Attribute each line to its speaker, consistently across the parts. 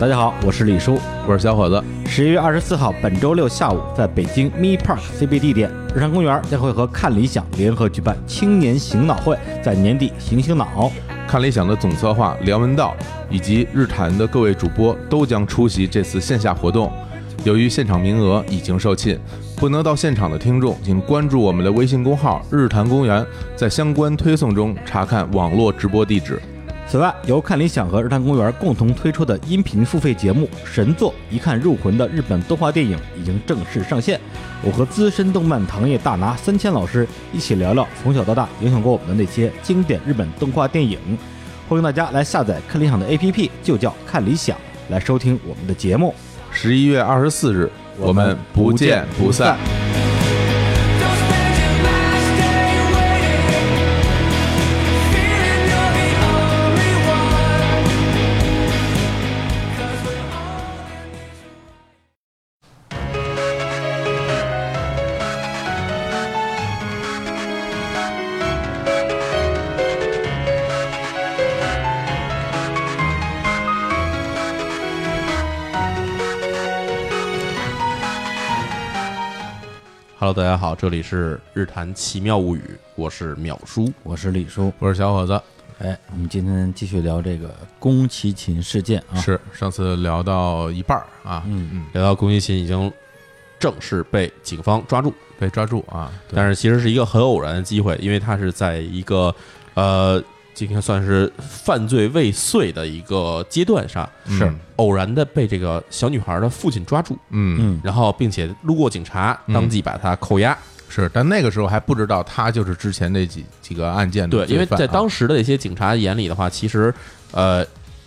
Speaker 1: 大家好，我是李叔。
Speaker 2: 我是小伙子，
Speaker 1: 十一月二十四号，本周六下午，在北京 Me Park CBD 店，日常公园将会和看理想联合举办青年醒脑会，在年底醒醒脑。
Speaker 2: 看理想的总策划梁文道以及日坛的各位主播都将出席这次线下活动。由于现场名额已经售罄，不能到现场的听众，请关注我们的微信公号“日坛公园”，在相关推送中查看网络直播地址。
Speaker 1: 此外，由看理想和日坛公园共同推出的音频付费节目《神作：一看入魂》的日本动画电影已经正式上线。我和资深动漫行业大拿三千老师一起聊聊从小到大影响过我们的那些经典日本动画电影。欢迎大家来下载看理想的 APP，就叫看理想，来收听我们的节目。
Speaker 2: 十一月二十四日，我们不见不散。
Speaker 3: Don't spend your last day waiting, feeling you're the only one. 'Cause we're all.
Speaker 4: 哈喽，大家好，这里是日谈奇妙物语，我是淼叔。
Speaker 1: 我是李叔，
Speaker 2: 我是小伙子，
Speaker 1: 哎，我们今天继续聊这个宫崎勤事件啊，
Speaker 2: 是上次聊到一半儿啊，嗯嗯，
Speaker 4: 聊到宫崎勤已经正式被警方抓住，
Speaker 2: 被抓住啊，对
Speaker 4: 但是其实是一个很偶然的机会，因为他是在一个呃，今天算是犯罪未遂的一个阶段上，
Speaker 2: 是
Speaker 4: 嗯偶然的被这个小女孩的父亲抓住，
Speaker 2: 嗯
Speaker 4: 然后并且路过警察，当即把他扣押。
Speaker 2: 是，但那个时候还不知道他就是之前那几几个案件的
Speaker 4: 对，因为
Speaker 2: 罪犯
Speaker 4: 在
Speaker 2: 啊
Speaker 4: 当时的一些警察眼里的话，其实呃，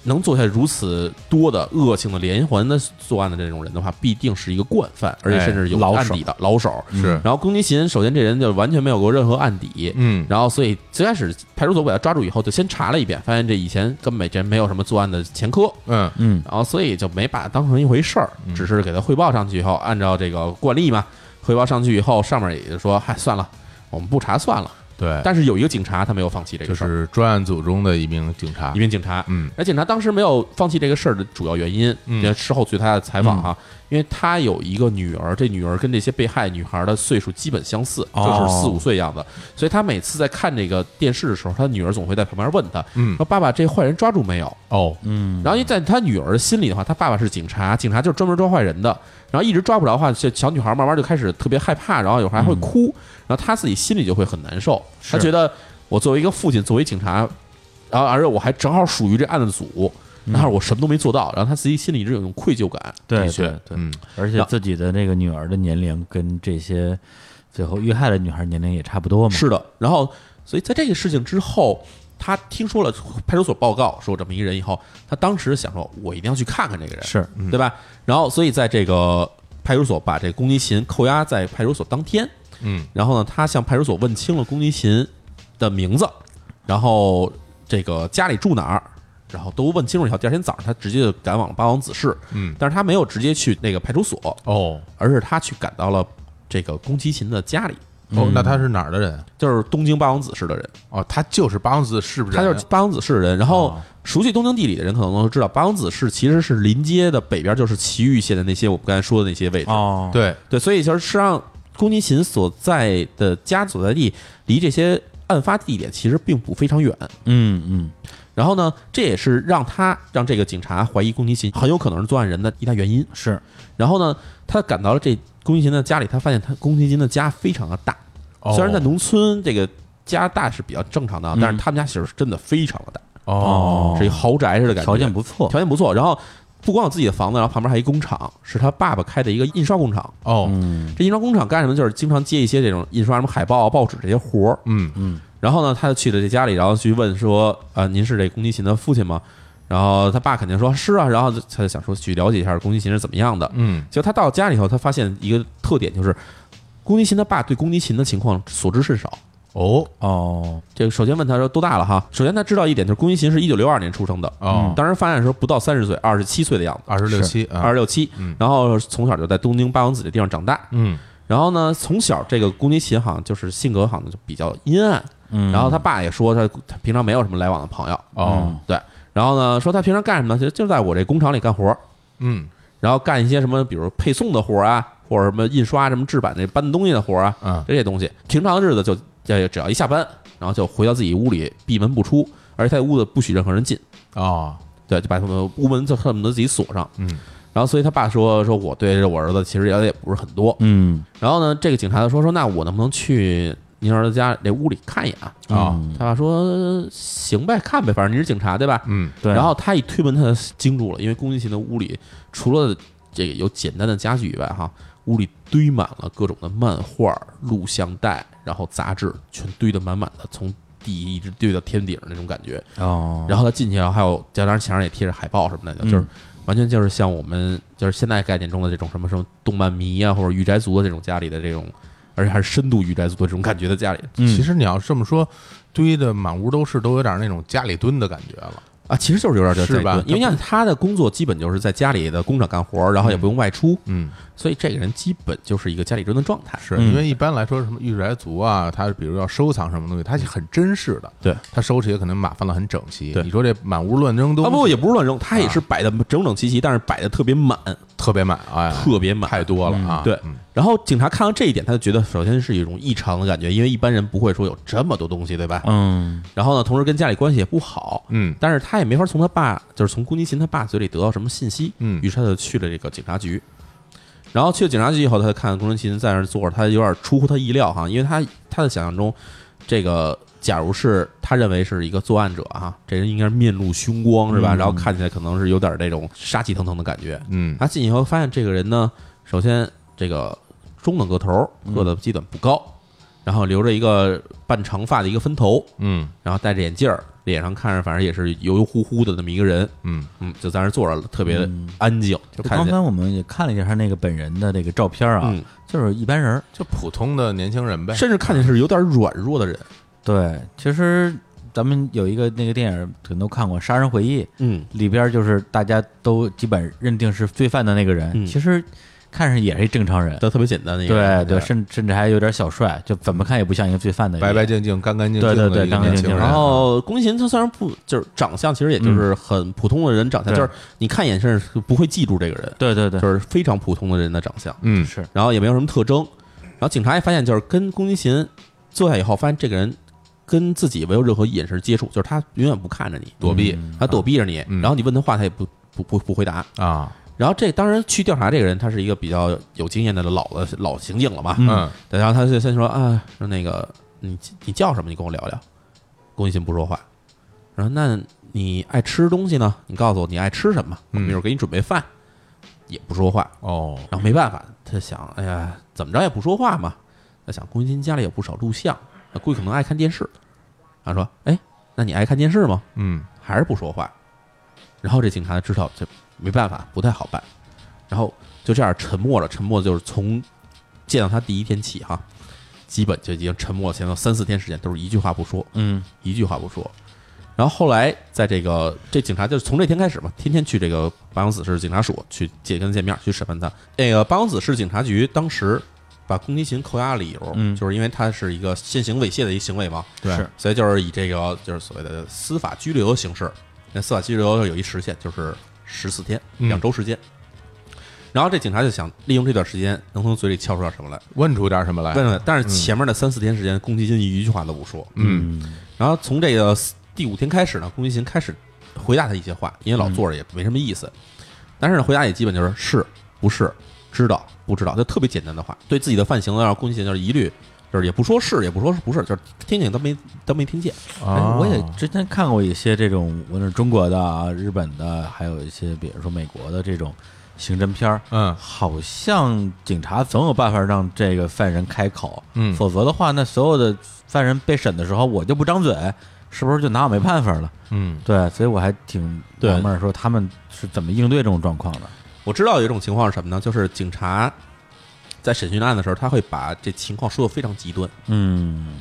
Speaker 4: 能做下如此多的恶性的连环的作案的这种人的话，必定是一个惯犯，而且
Speaker 2: 哎
Speaker 4: 甚至有
Speaker 1: 老
Speaker 4: 案
Speaker 1: 手
Speaker 4: 底的老手。
Speaker 2: 嗯是
Speaker 4: 然后宫崎勤，首先这人就完全没有过任何案底。
Speaker 2: 嗯
Speaker 4: 然后，所以最开始派出所把他抓住以后，就先查了一遍，发现这以前根本这没有什么作案的前科，
Speaker 2: 嗯
Speaker 1: 嗯，
Speaker 4: 然后所以就没把他当成一回事儿，只是给他汇报上去以后，按照这个惯例嘛，汇报上去以后，上面也就说，嗨，算了，我们不查算了。
Speaker 2: 对，
Speaker 4: 但是有一个警察他没有放弃这
Speaker 2: 哎就
Speaker 4: 个事儿，
Speaker 2: 是专案组中的一名警察
Speaker 4: 一，名警察。
Speaker 2: 嗯
Speaker 4: 而警察当时没有放弃这个事儿的主要原因，
Speaker 2: 嗯
Speaker 4: 也事后据他的采访哈，因为他有一个女儿，这女儿跟这些被害女孩的岁数基本相似，
Speaker 1: 哦
Speaker 4: 就是四五岁样子，所以他每次在看这个电视的时候，他女儿总会在旁边问他，
Speaker 2: 嗯
Speaker 4: 说：“爸爸，这坏人抓住没有？”
Speaker 2: 哦，
Speaker 1: 嗯
Speaker 4: 然后因为在他女儿心里的话，他爸爸是警察，警察就是专门抓坏人的。然后一直抓不着的话，这小女孩慢慢就开始特别害怕，然后有时候还
Speaker 1: 嗯
Speaker 4: 会哭，然后她自己心里就会很难受。她觉得我作为一个父亲，作为警察，然后而且我还正好属于这案子组，然后我什么都没做到，然后她自己心里一直有一种愧疚感。
Speaker 1: 嗯对
Speaker 4: 的确
Speaker 1: 对对，
Speaker 2: 嗯，
Speaker 1: 而且自己的那个女儿的年龄跟这些最后遇害的女孩年龄也差不多嘛，
Speaker 4: 是的，然后所以在这个事情之后，他听说了派出所报告说有这么一个人以后，他当时想说，我一定要去看看这个人，
Speaker 1: 是
Speaker 4: 对吧？然后所以在这个派出所把这个宫崎勤扣押在派出所当天，
Speaker 2: 嗯，
Speaker 4: 然后呢，他向派出所问清了宫崎勤的名字，然后这个家里住哪儿。然后都问清楚以后，第二天早上他直接就赶往了八王子市，
Speaker 2: 嗯
Speaker 4: 但是他没有直接去那个派出所，
Speaker 2: 哦，
Speaker 4: 而是他去赶到了这个宫崎勤的家里，
Speaker 2: 哦，那他是哪儿的人？
Speaker 4: 就是东京八王子市的人。
Speaker 2: 哦，他就是八王子是不是？
Speaker 4: 他就是八王子市人。然后熟悉东京地理的人可能都知道，八王子市其实是临街的北边就是埼玉县的那些我们刚才说的那些位置。
Speaker 1: 哦，
Speaker 2: 对，
Speaker 4: 对，所以就是实际上宫崎勤所在的家所在地离这些案发地点其实并不非常远。
Speaker 1: 嗯嗯，
Speaker 4: 然后呢，这也是让他让这个警察怀疑宫崎勤很有可能是作案人的一大原因。
Speaker 1: 是
Speaker 4: 然后呢，他赶到了这宫崎勤的家里，他发现他宫崎勤的家非常的大，
Speaker 2: 哦
Speaker 4: 虽然在农村这个家大是比较正常的啊，
Speaker 1: 嗯
Speaker 4: 但是他们家其实是真的非常的大。
Speaker 2: 哦，
Speaker 4: 是一豪宅似的感觉，
Speaker 1: 条件不错，
Speaker 4: 条件不错。然后不光有自己的房子，然后旁边还有一工厂，是他爸爸开的一个印刷工厂。
Speaker 2: 哦，
Speaker 4: 这印刷工厂干什么？就是经常接一些这种印刷什么海报啊、报纸这些活儿。
Speaker 2: 嗯嗯，
Speaker 4: 然后呢，他就去了这家里，然后去问说：“啊、您是这宫崎勤的父亲吗？”然后他爸肯定说：“是啊。”然后他就想说去了解一下宫崎勤是怎么样的。
Speaker 2: 嗯，
Speaker 4: 结果他到家里以后，他发现一个特点就是，宫崎勤他爸对宫崎勤的情况所知甚少。
Speaker 2: 哦
Speaker 1: 哦，
Speaker 4: 这个首先问他说多大了哈？首先他知道一点就是宫崎勤是一九六二年出生的，
Speaker 2: 哦，
Speaker 4: 当时犯案的时候不到三十岁，二十七岁的样子，
Speaker 2: 二十六七啊
Speaker 4: 二，十六七。然后从小就在东京八王子这地方长大。
Speaker 2: 嗯
Speaker 4: 然后呢，从小这个宫崎勤好像就是性格好
Speaker 1: 嗯
Speaker 4: 像就比较阴暗。然后他爸也说他他平常没有什么来往的朋友。
Speaker 2: 哦，
Speaker 4: 对。然后呢，说他平常干什么呢？就就在我这工厂里干活儿，
Speaker 2: 嗯
Speaker 4: 然后干一些什么，比如配送的活儿啊，或者什么印刷、什么制版那搬东西的活儿啊，
Speaker 2: 啊
Speaker 4: 这些东西。平常的日子就呃只要一下班，然后就回到自己屋里闭门不出，而且他屋子不许任何人进，
Speaker 2: 哦，
Speaker 4: 对，就把他们屋门就恨不得自己锁上。
Speaker 2: 嗯
Speaker 4: 然后所以他爸说说我对我儿子其实了解也不是很多。
Speaker 1: 嗯
Speaker 4: 然后呢，这个警察就说说那我能不能去您儿子家这屋里看一眼啊？
Speaker 2: 啊
Speaker 1: 嗯
Speaker 4: 他爸说呃行呗，看呗，反正你是警察对吧？
Speaker 2: 嗯
Speaker 1: 对，
Speaker 4: 然后他一推门，他就惊住了，因为宫崎勤的屋里除了这个有简单的家具以外，哈，屋里堆满了各种的漫画、录像带，然后杂志，全堆得满满的，从地一直堆到天顶那种感觉。
Speaker 1: 哦，
Speaker 4: 然后他进去，然后还有加上墙上也贴着海报什么的，就是
Speaker 1: 嗯
Speaker 4: 完全就是像我们就是现在概念中的这种什么什么动漫迷啊，或者御宅族的这种家里的这种，而且还是深度御宅族的这种感觉的家里
Speaker 1: 嗯
Speaker 2: 其实你要这么说，堆的满屋都是，都有点那种家里蹲的感觉了。
Speaker 4: 啊，其实就是有点这
Speaker 2: 是吧
Speaker 4: 因为你看他的工作基本就是在家里的工厂干活，然后也不用外出，
Speaker 2: 嗯，
Speaker 4: 所以这个人基本就是一个家里蹲的状态。
Speaker 2: 是
Speaker 1: 嗯
Speaker 2: 因为一般来说，什么御宅族啊，他比如要收藏什么东西，他很珍视的，
Speaker 4: 对，
Speaker 2: 他收拾也可能码放的很整齐。
Speaker 4: 对
Speaker 2: 你说这满屋乱扔东
Speaker 4: 啊，
Speaker 2: 西，
Speaker 4: 不，也不是乱扔，他也
Speaker 2: 啊
Speaker 4: 是摆的整整齐齐，但是摆的特别满，
Speaker 2: 特别满，哎，
Speaker 4: 特别满。
Speaker 2: 啊太多了啊。
Speaker 4: 对
Speaker 2: 嗯，
Speaker 4: 然后警察看到这一点，他就觉得首先是一种异常的感觉，因为一般人不会说有这么多东西，对吧？
Speaker 1: 嗯
Speaker 4: 然后呢，同时跟家里关系也不好，
Speaker 2: 嗯
Speaker 4: 但是他也没法从他爸，就是从宫崎勤他爸嘴里得到什么信息，
Speaker 2: 嗯
Speaker 4: 于是他就去了这个警察局。然后去了警察局以后，他就看宫崎勤在那儿坐着，他有点出乎他意料哈，因为他他的想象中，这个假如是他认为是一个作案者哈，这人应该是面露凶光是吧？然后看起来可能是有点这种杀气腾腾的感觉。
Speaker 2: 嗯
Speaker 4: 他进去以后发现这个人呢，首先这个中等个头儿，
Speaker 2: 嗯
Speaker 4: 个子基本不高，然后留着一个半长发的一个分头，
Speaker 2: 嗯
Speaker 4: 然后戴着眼镜儿，脸上看着反正也是油油乎乎的那么一个人，
Speaker 2: 嗯
Speaker 4: 嗯，就在那儿坐着，特别的安静，就
Speaker 1: 嗯就
Speaker 4: 看
Speaker 1: 刚
Speaker 4: 见
Speaker 1: 才我们也看了一下他那个本人的这个照片啊，
Speaker 4: 嗯
Speaker 1: 就是一般人儿。
Speaker 2: 就普通的年轻人呗。
Speaker 4: 甚至看见是有点软弱的人，
Speaker 1: 对，其实咱们有一个那个电影可能都看过《杀人回忆》，
Speaker 4: 嗯，
Speaker 1: 里边就是大家都基本认定是罪犯的那个人，
Speaker 4: 嗯
Speaker 1: 其实看上去也是一正常人。
Speaker 4: 都特别简单的一个
Speaker 1: 对
Speaker 4: 人，
Speaker 1: 对，甚甚至还有点小帅，就怎么看也不像一个罪犯的人。
Speaker 2: 白白净净、干干净净的
Speaker 1: 对对对
Speaker 2: 一个
Speaker 1: 干干
Speaker 2: 年
Speaker 1: 净
Speaker 2: 轻
Speaker 1: 净
Speaker 2: 人，
Speaker 4: 然后宫崎勤他虽然不就是长相，其实也就是很普通的人长
Speaker 1: 嗯
Speaker 4: 相，
Speaker 1: 对
Speaker 4: 就是你看一眼甚至不会记住这个人，
Speaker 1: 对对对，
Speaker 4: 就是非常普通的人的长相，
Speaker 2: 嗯
Speaker 1: 是
Speaker 4: 然后也没有什么特征。然后警察也发现，就是跟宫崎勤坐下以后，发现这个人跟自己没有任何眼神接触，就是他永远不看着你，
Speaker 2: 躲避
Speaker 1: 啊
Speaker 4: 他躲避着你，
Speaker 2: 嗯
Speaker 4: 然后你问他话，他也不不不不回答。
Speaker 2: 啊，
Speaker 4: 然后这当然去调查这个人，他是一个比较有经验的老的老刑警了嘛。
Speaker 2: 嗯
Speaker 4: 对然后他就先说啊，说那个你你叫什么？你跟我聊聊。宫崎勤不说话，然后那你爱吃东西呢？你告诉我你爱吃什么，我
Speaker 2: 嗯
Speaker 4: 一会儿给你准备饭。也不说话，
Speaker 2: 哦，
Speaker 4: 然后没办法，他想，哎呀，怎么着也不说话嘛。他想，宫崎勤家里有不少录像，那估计可能爱看电视。然后说，哎，那你爱看电视吗？
Speaker 2: 嗯
Speaker 4: 还是不说话。然后这警察知道这没办法，不太好办，然后就这样沉默了。沉默就是从见到他第一天起哈，基本就已经沉默了，前头三四天时间都是一句话不说，
Speaker 1: 嗯
Speaker 4: 一句话不说。然后后来在这个这警察就是从这天开始嘛，天天去这个八王子市警察署去见跟他见面，去审问他。那个八王子市警察局当时把宫崎勤扣押的理由，
Speaker 1: 嗯
Speaker 4: 就是因为他是一个现行猥亵的一行为嘛，
Speaker 1: 对是
Speaker 4: 所以就是以这个就是所谓的司法拘留形式。那司法拘留有一时限，就是十四天，
Speaker 2: 嗯
Speaker 4: 两周时间。然后这警察就想利用这段时间能从嘴里撬出点什么来，
Speaker 2: 问出点什么来？
Speaker 4: 问问。但是前面的三四天时间，宫崎勤一句话都不说。
Speaker 2: 哎嗯
Speaker 4: 然后从这个第五天开始呢，宫崎勤开始回答他一些话，因为老坐着也没什么意思。但是呢，回答也基本就是是不是知道不知道，就特别简单的话。对自己的犯行呢，让宫崎勤就是一律就是也不说是，也不说是不是，就是听听都没都没听见。
Speaker 1: 哎
Speaker 2: 啊，
Speaker 1: 我也之前看过一些这种，无论是中国的、啊、日本的，还有一些比如说美国的这种刑侦片儿，
Speaker 2: 嗯
Speaker 1: 好像警察总有办法让这个犯人开口，
Speaker 2: 嗯
Speaker 1: 否则的话，那所有的犯人被审的时候，我就不张嘴，是不是就拿我没办法了？
Speaker 2: 嗯
Speaker 1: 对，所以我还挺
Speaker 4: 对
Speaker 1: 纳闷儿，说他们是怎么应对这种状况的？
Speaker 4: 我知道有一种情况是什么呢？就是警察在审讯案的时候，他会把这情况说的非常极端，
Speaker 1: 嗯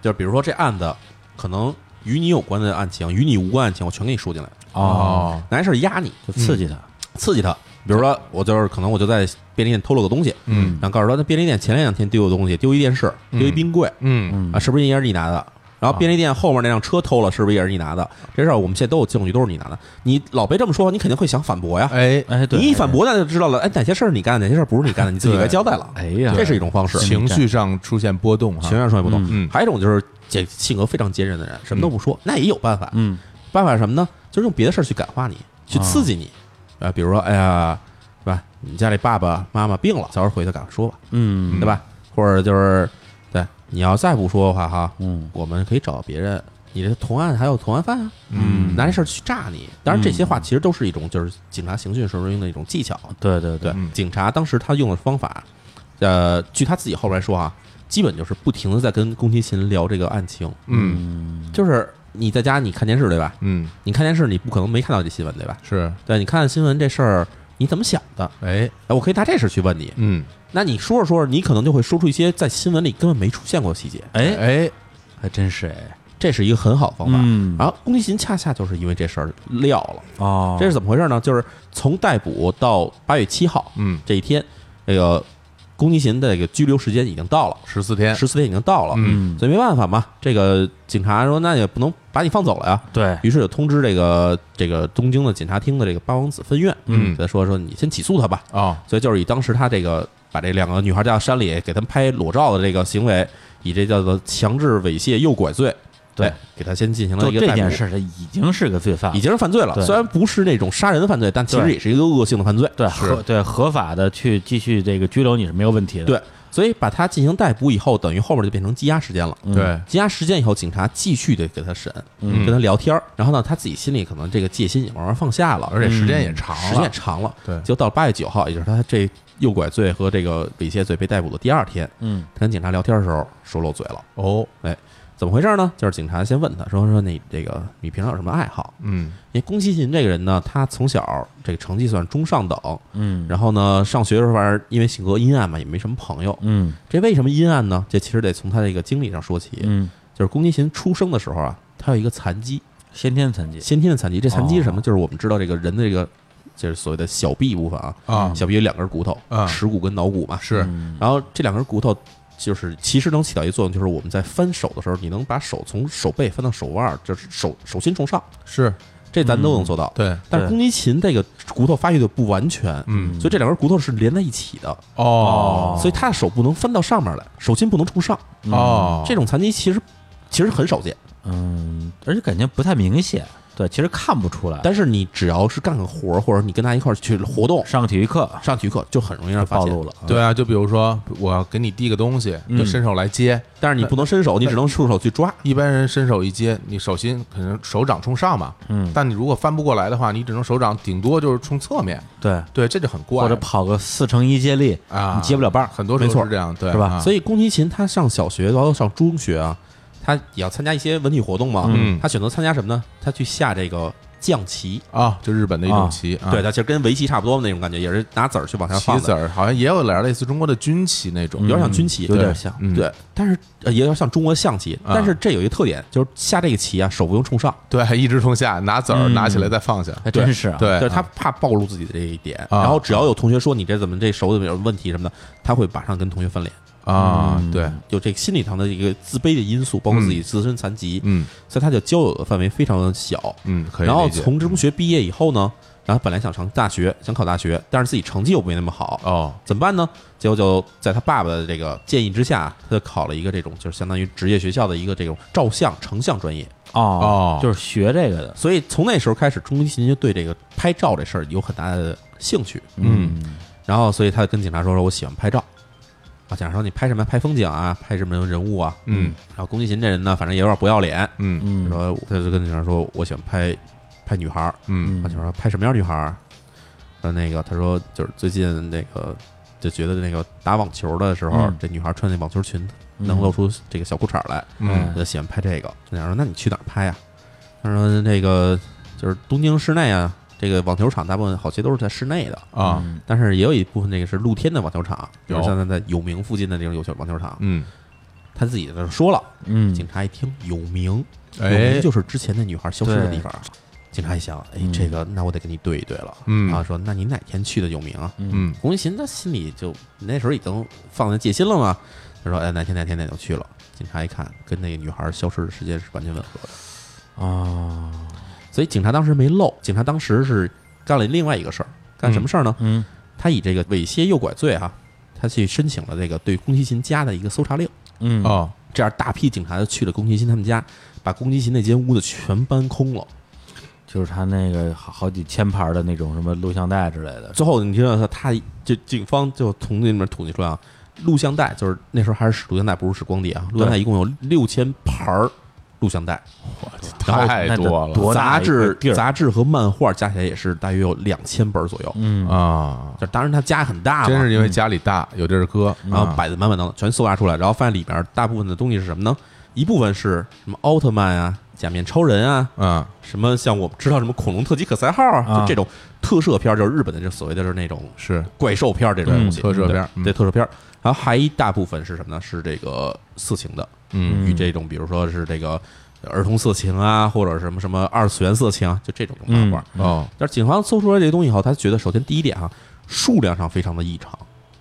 Speaker 4: 就是比如说这案子可能与你有关的案情，与你无关案情，我全给你说进来，
Speaker 1: 哦，
Speaker 2: 哦
Speaker 4: 拿这事儿压你，
Speaker 1: 就刺激他，
Speaker 4: 刺激他。比如说，我就是可能我就在便利店偷了个东西，
Speaker 2: 嗯
Speaker 4: 然后告诉他，那便利店前两天丢的东西，丢一电视，丢一冰柜
Speaker 2: 嗯
Speaker 1: 嗯
Speaker 4: 啊，是不是应该是你拿的？然后便利店后面那辆车偷了，是不是也是你拿的？这事儿我们现在都有证据，都是你拿的。你老被这么说，你肯定会想反驳呀。
Speaker 2: 哎，
Speaker 1: 哎，对，
Speaker 4: 你一反驳，那就知道了，哎，哪些事儿你干的，哪些事儿不是你干的，你自己该交代了。
Speaker 1: 哎呀啊
Speaker 4: 这是一种方式。
Speaker 2: 情绪上出现波动哈
Speaker 4: 情，商说也不懂。
Speaker 2: 嗯
Speaker 4: 还有一种就是这性格非常坚韧的人，什么都不说，那也有办法。
Speaker 1: 嗯，
Speaker 4: 办法是什么呢？就是用别的事儿去感化你，去刺激你。啊，比如说，哎呀，是吧？你家里爸爸妈妈病了，早点回去赶快说吧，
Speaker 1: 嗯
Speaker 4: 对吧？或者就是，对，你要再不说的话，哈，
Speaker 1: 嗯
Speaker 4: 我们可以找别人。你这同案还有同案犯啊，
Speaker 2: 嗯
Speaker 4: 拿这事儿去炸你。当然，这
Speaker 1: 嗯
Speaker 4: 些话其实都是一种就是警察刑讯时候用的一种技巧。
Speaker 1: 对对对
Speaker 4: 对，
Speaker 2: 嗯
Speaker 4: 警察当时他用的方法，呃，据他自己后来说啊，基本就是不停的在跟宫崎勤聊这个案情，
Speaker 2: 嗯
Speaker 1: 嗯
Speaker 4: 就是你在家你看电视对吧？
Speaker 2: 嗯，
Speaker 4: 你看电视你不可能没看到这新闻对吧？
Speaker 2: 是，
Speaker 4: 对，你看新闻这事儿你怎么想的？
Speaker 2: 哎，
Speaker 4: 哎，我可以拿这事儿去问你，
Speaker 2: 嗯，
Speaker 4: 那你说着说着，你可能就会说出一些在新闻里根本没出现过的细节，
Speaker 1: 哎，
Speaker 2: 哎，
Speaker 1: 还真是哎，
Speaker 4: 这是一个很好的方法。啊
Speaker 1: 嗯
Speaker 4: 然后宫崎勤恰恰就是因为这事儿撂了，
Speaker 1: 哦，
Speaker 4: 这是怎么回事呢？就是从逮捕到八月七号，
Speaker 2: 嗯，
Speaker 4: 这一天，这个宫崎勤的这个拘留时间已经到了，
Speaker 2: 十四
Speaker 1: 哎
Speaker 2: 天，
Speaker 4: 十四天已经到了，
Speaker 2: 嗯
Speaker 4: 所以没办法嘛。这个警察说，那也不能把你放走了呀。
Speaker 1: 对，
Speaker 4: 于是就通知这个这个东京的检察厅的这个八王子分院，
Speaker 2: 嗯
Speaker 4: 所以说说你先起诉他吧。
Speaker 2: 哦，
Speaker 4: 所以就是以当时他这个把这两个女孩叫到山里给他们拍裸照的这个行为，以这叫做强制猥亵诱拐罪，
Speaker 1: 对
Speaker 4: 哎，给他先进行了
Speaker 1: 做
Speaker 4: 一个
Speaker 1: 这
Speaker 4: 逮
Speaker 1: 件
Speaker 4: 捕
Speaker 1: 事儿他已经是个罪犯了，
Speaker 4: 已经是犯罪了
Speaker 1: 对。
Speaker 4: 虽然不是那种杀人犯罪，但其实
Speaker 1: 对
Speaker 4: 也是一个恶性的犯罪。
Speaker 1: 对合对合法的去继续这个拘留你是没有问题的，
Speaker 4: 对，所以把他进行逮捕以后，等于后面就变成羁押时间了。
Speaker 1: 嗯
Speaker 2: 对，
Speaker 4: 羁押时间以后，警察继续得给他审，
Speaker 2: 嗯
Speaker 4: 跟他聊天儿。然后呢，他自己心里可能这个戒心也慢慢放下了，
Speaker 2: 而且时间也长
Speaker 4: 时间也
Speaker 2: 了，
Speaker 4: 长了。
Speaker 2: 对
Speaker 4: 就到了八月九号，也就是他这诱拐罪和这个猥亵罪被逮捕的第二天，
Speaker 1: 嗯
Speaker 4: 他跟警察聊天的时候说漏嘴了。哎
Speaker 2: 哦，
Speaker 4: 怎么回事呢？就是警察先问他说说你这个你平常有什么爱好？
Speaker 2: 嗯
Speaker 4: 因为宫崎勤这个人呢，他从小这个成绩算中上等，
Speaker 1: 嗯
Speaker 4: 然后呢，上学的时候反正因为性格阴暗嘛，也没什么朋友。
Speaker 1: 嗯
Speaker 4: 这为什么阴暗呢？这其实得从他这个经历上说起。
Speaker 1: 嗯，
Speaker 4: 就是宫崎勤出生的时候啊，他有一个残疾，
Speaker 1: 先天残疾，
Speaker 4: 先天的残疾。这残疾是什么？
Speaker 1: 哦
Speaker 4: 就是我们知道这个人的这个，就是所谓的小臂部分啊，
Speaker 2: 啊，
Speaker 4: 小臂有两根骨头
Speaker 2: 啊，
Speaker 4: 耻骨跟脑骨嘛。
Speaker 2: 是，
Speaker 1: 嗯
Speaker 4: 然后这两根骨头就是其实能起到一个作用，就是我们在翻手的时候，你能把手从手背翻到手腕儿，就是手手心冲上，
Speaker 2: 是，
Speaker 4: 这咱都能做到。
Speaker 2: 嗯对，
Speaker 4: 但是宫崎勤这个骨头发育的不完全，
Speaker 2: 嗯，
Speaker 4: 所以这两根骨头是连在一起的，
Speaker 2: 哦，
Speaker 1: 哦
Speaker 4: 所以他的手不能翻到上面来，手心不能冲上。
Speaker 2: 哦，
Speaker 4: 嗯这种残疾其实其实很少见，
Speaker 1: 嗯，而且感觉不太明显，对，其实看不出
Speaker 2: 哎
Speaker 1: 来。
Speaker 4: 但是你只要是干个活儿，或者你跟他一块儿去活动，
Speaker 1: 上体育课
Speaker 4: 上体育课就很容易让人发
Speaker 1: 暴
Speaker 4: 现
Speaker 1: 露了，啊，
Speaker 2: 对啊，就比如说我要给你递个东西，就
Speaker 1: 嗯
Speaker 2: 伸手来接，
Speaker 4: 但是你不能伸手，你只能束手去抓。
Speaker 2: 一般人伸手一接，你手心可能手掌冲上嘛，
Speaker 1: 嗯
Speaker 2: 但你如果翻不过来的话，你只能手掌顶多就是冲侧面，
Speaker 1: 对，
Speaker 2: 对，这就很怪，
Speaker 1: 或者跑个四乘一接力
Speaker 2: 啊
Speaker 1: 你接不了棒儿，
Speaker 2: 很多时
Speaker 1: 没
Speaker 2: 候
Speaker 1: 错
Speaker 2: 是这样，对，
Speaker 1: 是吧
Speaker 2: 啊
Speaker 4: 所以宫崎勤他上小学，然后上中学啊，他也要参加一些文体活动嘛。
Speaker 2: 嗯
Speaker 4: 他选择参加什么呢？他去下这个将棋。
Speaker 2: 啊，就日本的一种棋，啊
Speaker 4: 对，他其实跟围棋差不多的那种感觉，也是拿子儿嗯去往下放
Speaker 2: 棋
Speaker 4: 的
Speaker 2: 子儿好像也有点类似中国的军棋那种，
Speaker 4: 有点像军棋，
Speaker 1: 有点
Speaker 4: 对
Speaker 1: 像
Speaker 2: 嗯
Speaker 4: 对，但是呃也有点像中国象棋，
Speaker 2: 啊
Speaker 4: 但是这有一个特点，就是下这个棋啊，手不用冲上，
Speaker 2: 对，一直冲下，拿子儿
Speaker 1: 嗯
Speaker 2: 拿起来再放下，
Speaker 1: 还真是啊，
Speaker 2: 对，
Speaker 4: 就是他
Speaker 2: 啊
Speaker 4: 怕暴露自己的这一点。
Speaker 2: 啊
Speaker 4: 然后只要有同学说你这怎么这手怎么有问题什么的，他会马上跟同学翻脸，
Speaker 2: 啊，对，
Speaker 4: 有这个心理上的一个自卑的因素，包括
Speaker 2: 嗯
Speaker 4: 自己自身残疾，
Speaker 2: 嗯
Speaker 4: 所以他就交友的范围非常的小。
Speaker 2: 嗯，可以理解，
Speaker 4: 然后从中学毕业以后呢，然后本来想上大学，想考大学，但是自己成绩又没那么好，
Speaker 2: 哦，
Speaker 4: 怎么办呢？结果就在他爸爸的这个建议之下，他就考了一个这种就是相当于职业学校的一个这种照相成像专业。
Speaker 1: 哦
Speaker 2: 哦
Speaker 1: 就是学这个的，
Speaker 4: 所以从那时候开始，钟勤就对这个拍照这事儿有很大的兴趣。
Speaker 2: 嗯
Speaker 4: 然后，所以他跟警察说：“说我喜欢拍照。”啊，警察说：“你拍什么？拍风景啊，拍什么人物啊？”
Speaker 2: 嗯。
Speaker 4: 然后宫崎勤这人呢，反正也有点不要脸，
Speaker 2: 嗯
Speaker 1: 嗯，
Speaker 4: 说他就跟警察说：“我喜欢拍拍女孩儿。”
Speaker 2: 嗯
Speaker 4: 啊，警察说：“拍什么样女孩儿？”呃，那个他说就是最近那个就觉得那个打网球的时候，
Speaker 1: 嗯
Speaker 4: 这女孩穿那网球裙
Speaker 1: 嗯
Speaker 4: 能露出这个小裤衩来，
Speaker 2: 嗯
Speaker 4: 他就喜欢拍这个。警察说：“那你去哪儿拍呀、啊他说：“那个就是东京室内啊，这个网球场大部分好些都是在室内的，
Speaker 2: 啊
Speaker 1: 嗯
Speaker 4: 但是也有一部分那个是露天的网球场，比如
Speaker 2: 有
Speaker 4: 像在在有名附近的这种有球网球场。
Speaker 2: 嗯，
Speaker 4: 他自己在这说了，
Speaker 1: 嗯，
Speaker 4: 警察一听有名，有
Speaker 2: 哎
Speaker 4: 名，就是之前那女孩消失的地方。警察一想，哎，
Speaker 1: 嗯
Speaker 4: 这个那我得跟你对一对了。
Speaker 2: 嗯
Speaker 4: 然后说，那你哪天去的有名啊？
Speaker 2: 嗯
Speaker 4: 龚一琴他心里就那时候已经放在戒心了嘛，他说，哎，哪天哪天哪天就去了。警察一看，跟那个女孩消失的时间是完全吻合的，
Speaker 1: 啊，
Speaker 4: 所以警察当时没漏。警察当时是干了另外一个事儿，干什么事儿呢？
Speaker 1: 嗯
Speaker 4: 他以这个猥亵诱拐罪哈、他去申请了这个对宫崎勤家的一个搜查令。
Speaker 1: 嗯
Speaker 2: 哦，
Speaker 4: 这样大批警察就去了宫崎勤他们家，把宫崎勤那间屋子全搬空了。
Speaker 1: 就是他那个好好几千盘的那种什么录像带之类的，
Speaker 4: 最后你知道他，他这警方就从那里面统计出来啊，录像带就是那时候还是使录像带，不是使光碟啊，录像带一共有六千盘儿录像带，
Speaker 2: 太多
Speaker 1: 那得
Speaker 2: 了
Speaker 1: 多大
Speaker 4: 杂
Speaker 1: 一
Speaker 4: 志
Speaker 1: 个地儿、
Speaker 4: 杂志和漫画加起来也是大约有两千本左右。
Speaker 1: 嗯
Speaker 2: 啊！
Speaker 4: 就当然他家很大嘛，嗯
Speaker 2: 真是因为家里大，有地儿搁，
Speaker 4: 然后
Speaker 2: 啊
Speaker 4: 摆的满满当当，全搜查出来，然后发现里边大部分的东西是什么呢？一部分是什么奥特曼啊、假面超人啊，
Speaker 2: 嗯
Speaker 4: 什么像我们知道什么恐龙特级可赛号啊，
Speaker 1: 啊
Speaker 4: 就这种特摄片儿，就是日本的这所谓的就是那种
Speaker 2: 是
Speaker 4: 怪兽片儿这种东西，
Speaker 2: 嗯特摄片儿
Speaker 4: 对
Speaker 2: 嗯
Speaker 4: 对特摄片儿。然后还一大部分是什么呢？是这个色情的，
Speaker 2: 嗯
Speaker 4: 与这种比如说是这个儿童色情啊，或者什么什么二次元色情啊，就这种漫画。
Speaker 2: 哦
Speaker 4: 但是警方搜出来这些东西以后，他觉得首先第一点啊，数量上非常的异常，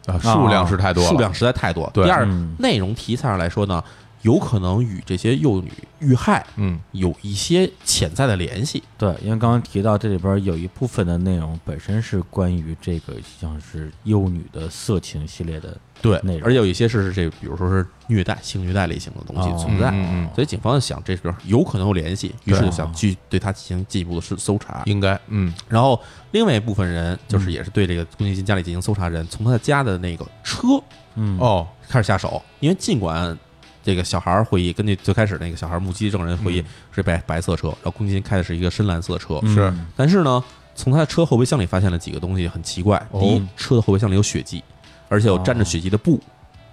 Speaker 2: 啊，数量是太多了，
Speaker 4: 数量实在太多。
Speaker 2: 对
Speaker 4: 第二
Speaker 1: 嗯，
Speaker 4: 内容题材上来说呢，有可能与这些幼女遇害
Speaker 2: 嗯
Speaker 4: 有一些潜在的联系。
Speaker 1: 对，因为刚刚提到这里边有一部分的内容本身是关于这个像是幼女的色情系列的，
Speaker 4: 对
Speaker 1: 内容
Speaker 4: 而且有一些是这，比如说是虐待、性虐待类型的东西
Speaker 1: 哦
Speaker 4: 存在，
Speaker 2: 嗯嗯嗯
Speaker 4: 所以警方就想这边有可能有联系，于
Speaker 2: 对
Speaker 4: 是就想去对他进行进一步的搜搜查。
Speaker 2: 应该嗯
Speaker 4: 然后另外一部分人就是也是对这个宫崎骏家里进行搜查人，从他的家的那个车
Speaker 1: 嗯
Speaker 2: 哦
Speaker 4: 开始下手，因为尽管。这个小孩儿回忆，根据最开始那个小孩儿目击证人回
Speaker 2: 嗯
Speaker 4: 忆是白白色车，然后宫崎骏开的是一个深蓝色车，
Speaker 1: 嗯
Speaker 2: 是
Speaker 4: 但是呢，从他的车后备箱里发现了几个东西，很奇怪。
Speaker 2: 哦
Speaker 4: 第一，车的后备箱里有血迹，而且有沾着
Speaker 1: 哦
Speaker 4: 血迹的布。